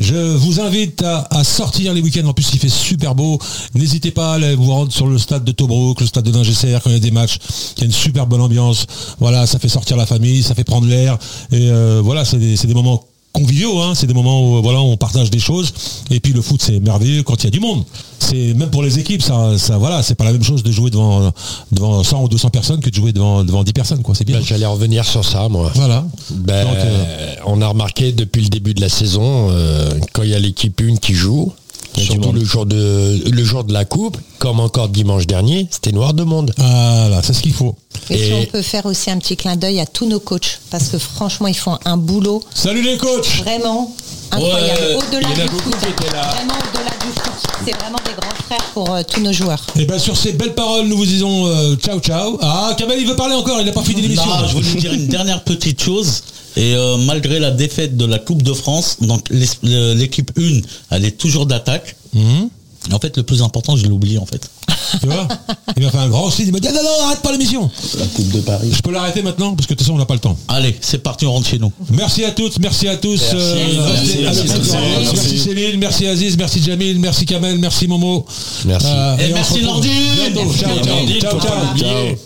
B: Je vous invite à, à sortir les week-ends. En plus, il fait super beau. N'hésitez pas à aller vous rendre sur le stade de Tobruk, le stade de Dingesser quand il y a des matchs. Il y a une super bonne ambiance. Voilà, ça fait sortir la famille, ça fait prendre l'air. Et euh, voilà, c'est des, c'est des moments conviviaux, hein. c'est des moments où euh, voilà, on partage des choses. Et puis le foot, c'est merveilleux quand il y a du monde. C'est même pour les équipes, ça, ça voilà, c'est pas la même chose de jouer devant, devant 100 ou 200 personnes que de jouer devant, devant 10 personnes, quoi. C'est bien.
F: Bah,
C: Ben, J'allais revenir sur ça moi.
B: Voilà.
C: Ben,
B: Donc, euh,
C: On a remarqué depuis le début de la saison, euh, quand il y a l'équipe une qui joue, surtout le jour, de, le jour de la coupe, comme encore dimanche dernier, c'était noir de monde.
B: voilà, c'est ce qu'il faut.
E: Et, si
C: Et-
E: on peut faire aussi un petit clin d'œil à tous nos coachs, parce que franchement, ils font un boulot
B: Salut les coachs
E: vraiment incroyable.
C: Ouais,
E: Au-delà
C: il y en a
E: du
C: beaucoup
E: foot,
C: qui étaient là.
E: vraiment au-delà du foot, c'est vraiment des grands frères pour euh, tous nos joueurs.
B: Et bien Eh ben, sur ces belles paroles, nous vous disons euh, ciao ciao. Ah, Kamel, il veut parler encore, il n'a pas fini l'émission.
F: Non, je voulais dire une dernière petite chose. Et euh, malgré la défaite de la Coupe de France, donc l'es- le- l'équipe 1, elle est toujours d'attaque.
B: Mhm.
F: En fait, le plus important, je l'ai oublié en fait.
B: Tu vois Il m'a fait un grand signe, il m'a dit ah, non, non, arrête pas l'émission.
F: La Coupe de Paris.
B: Je peux l'arrêter maintenant, parce que de toute façon, on n'a pas le temps.
F: Allez, c'est parti, on rentre chez nous.
B: Merci à toutes, merci à tous. Euh, restez à l'écoute.
D: Merci.
B: Merci,
D: Merci.
B: Céline, merci Aziz, merci Jamil, merci Kamel, merci Momo. Euh,
C: Merci.
F: Et
B: on
F: merci
B: se retrouve
F: Nordine.
B: bientôt. Ciao,
F: Merci
B: ciao,
F: Nordine,
B: ciao,
F: faut pas
B: ciao.
C: Ciao.
F: Oh,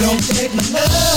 K: Don't take my love.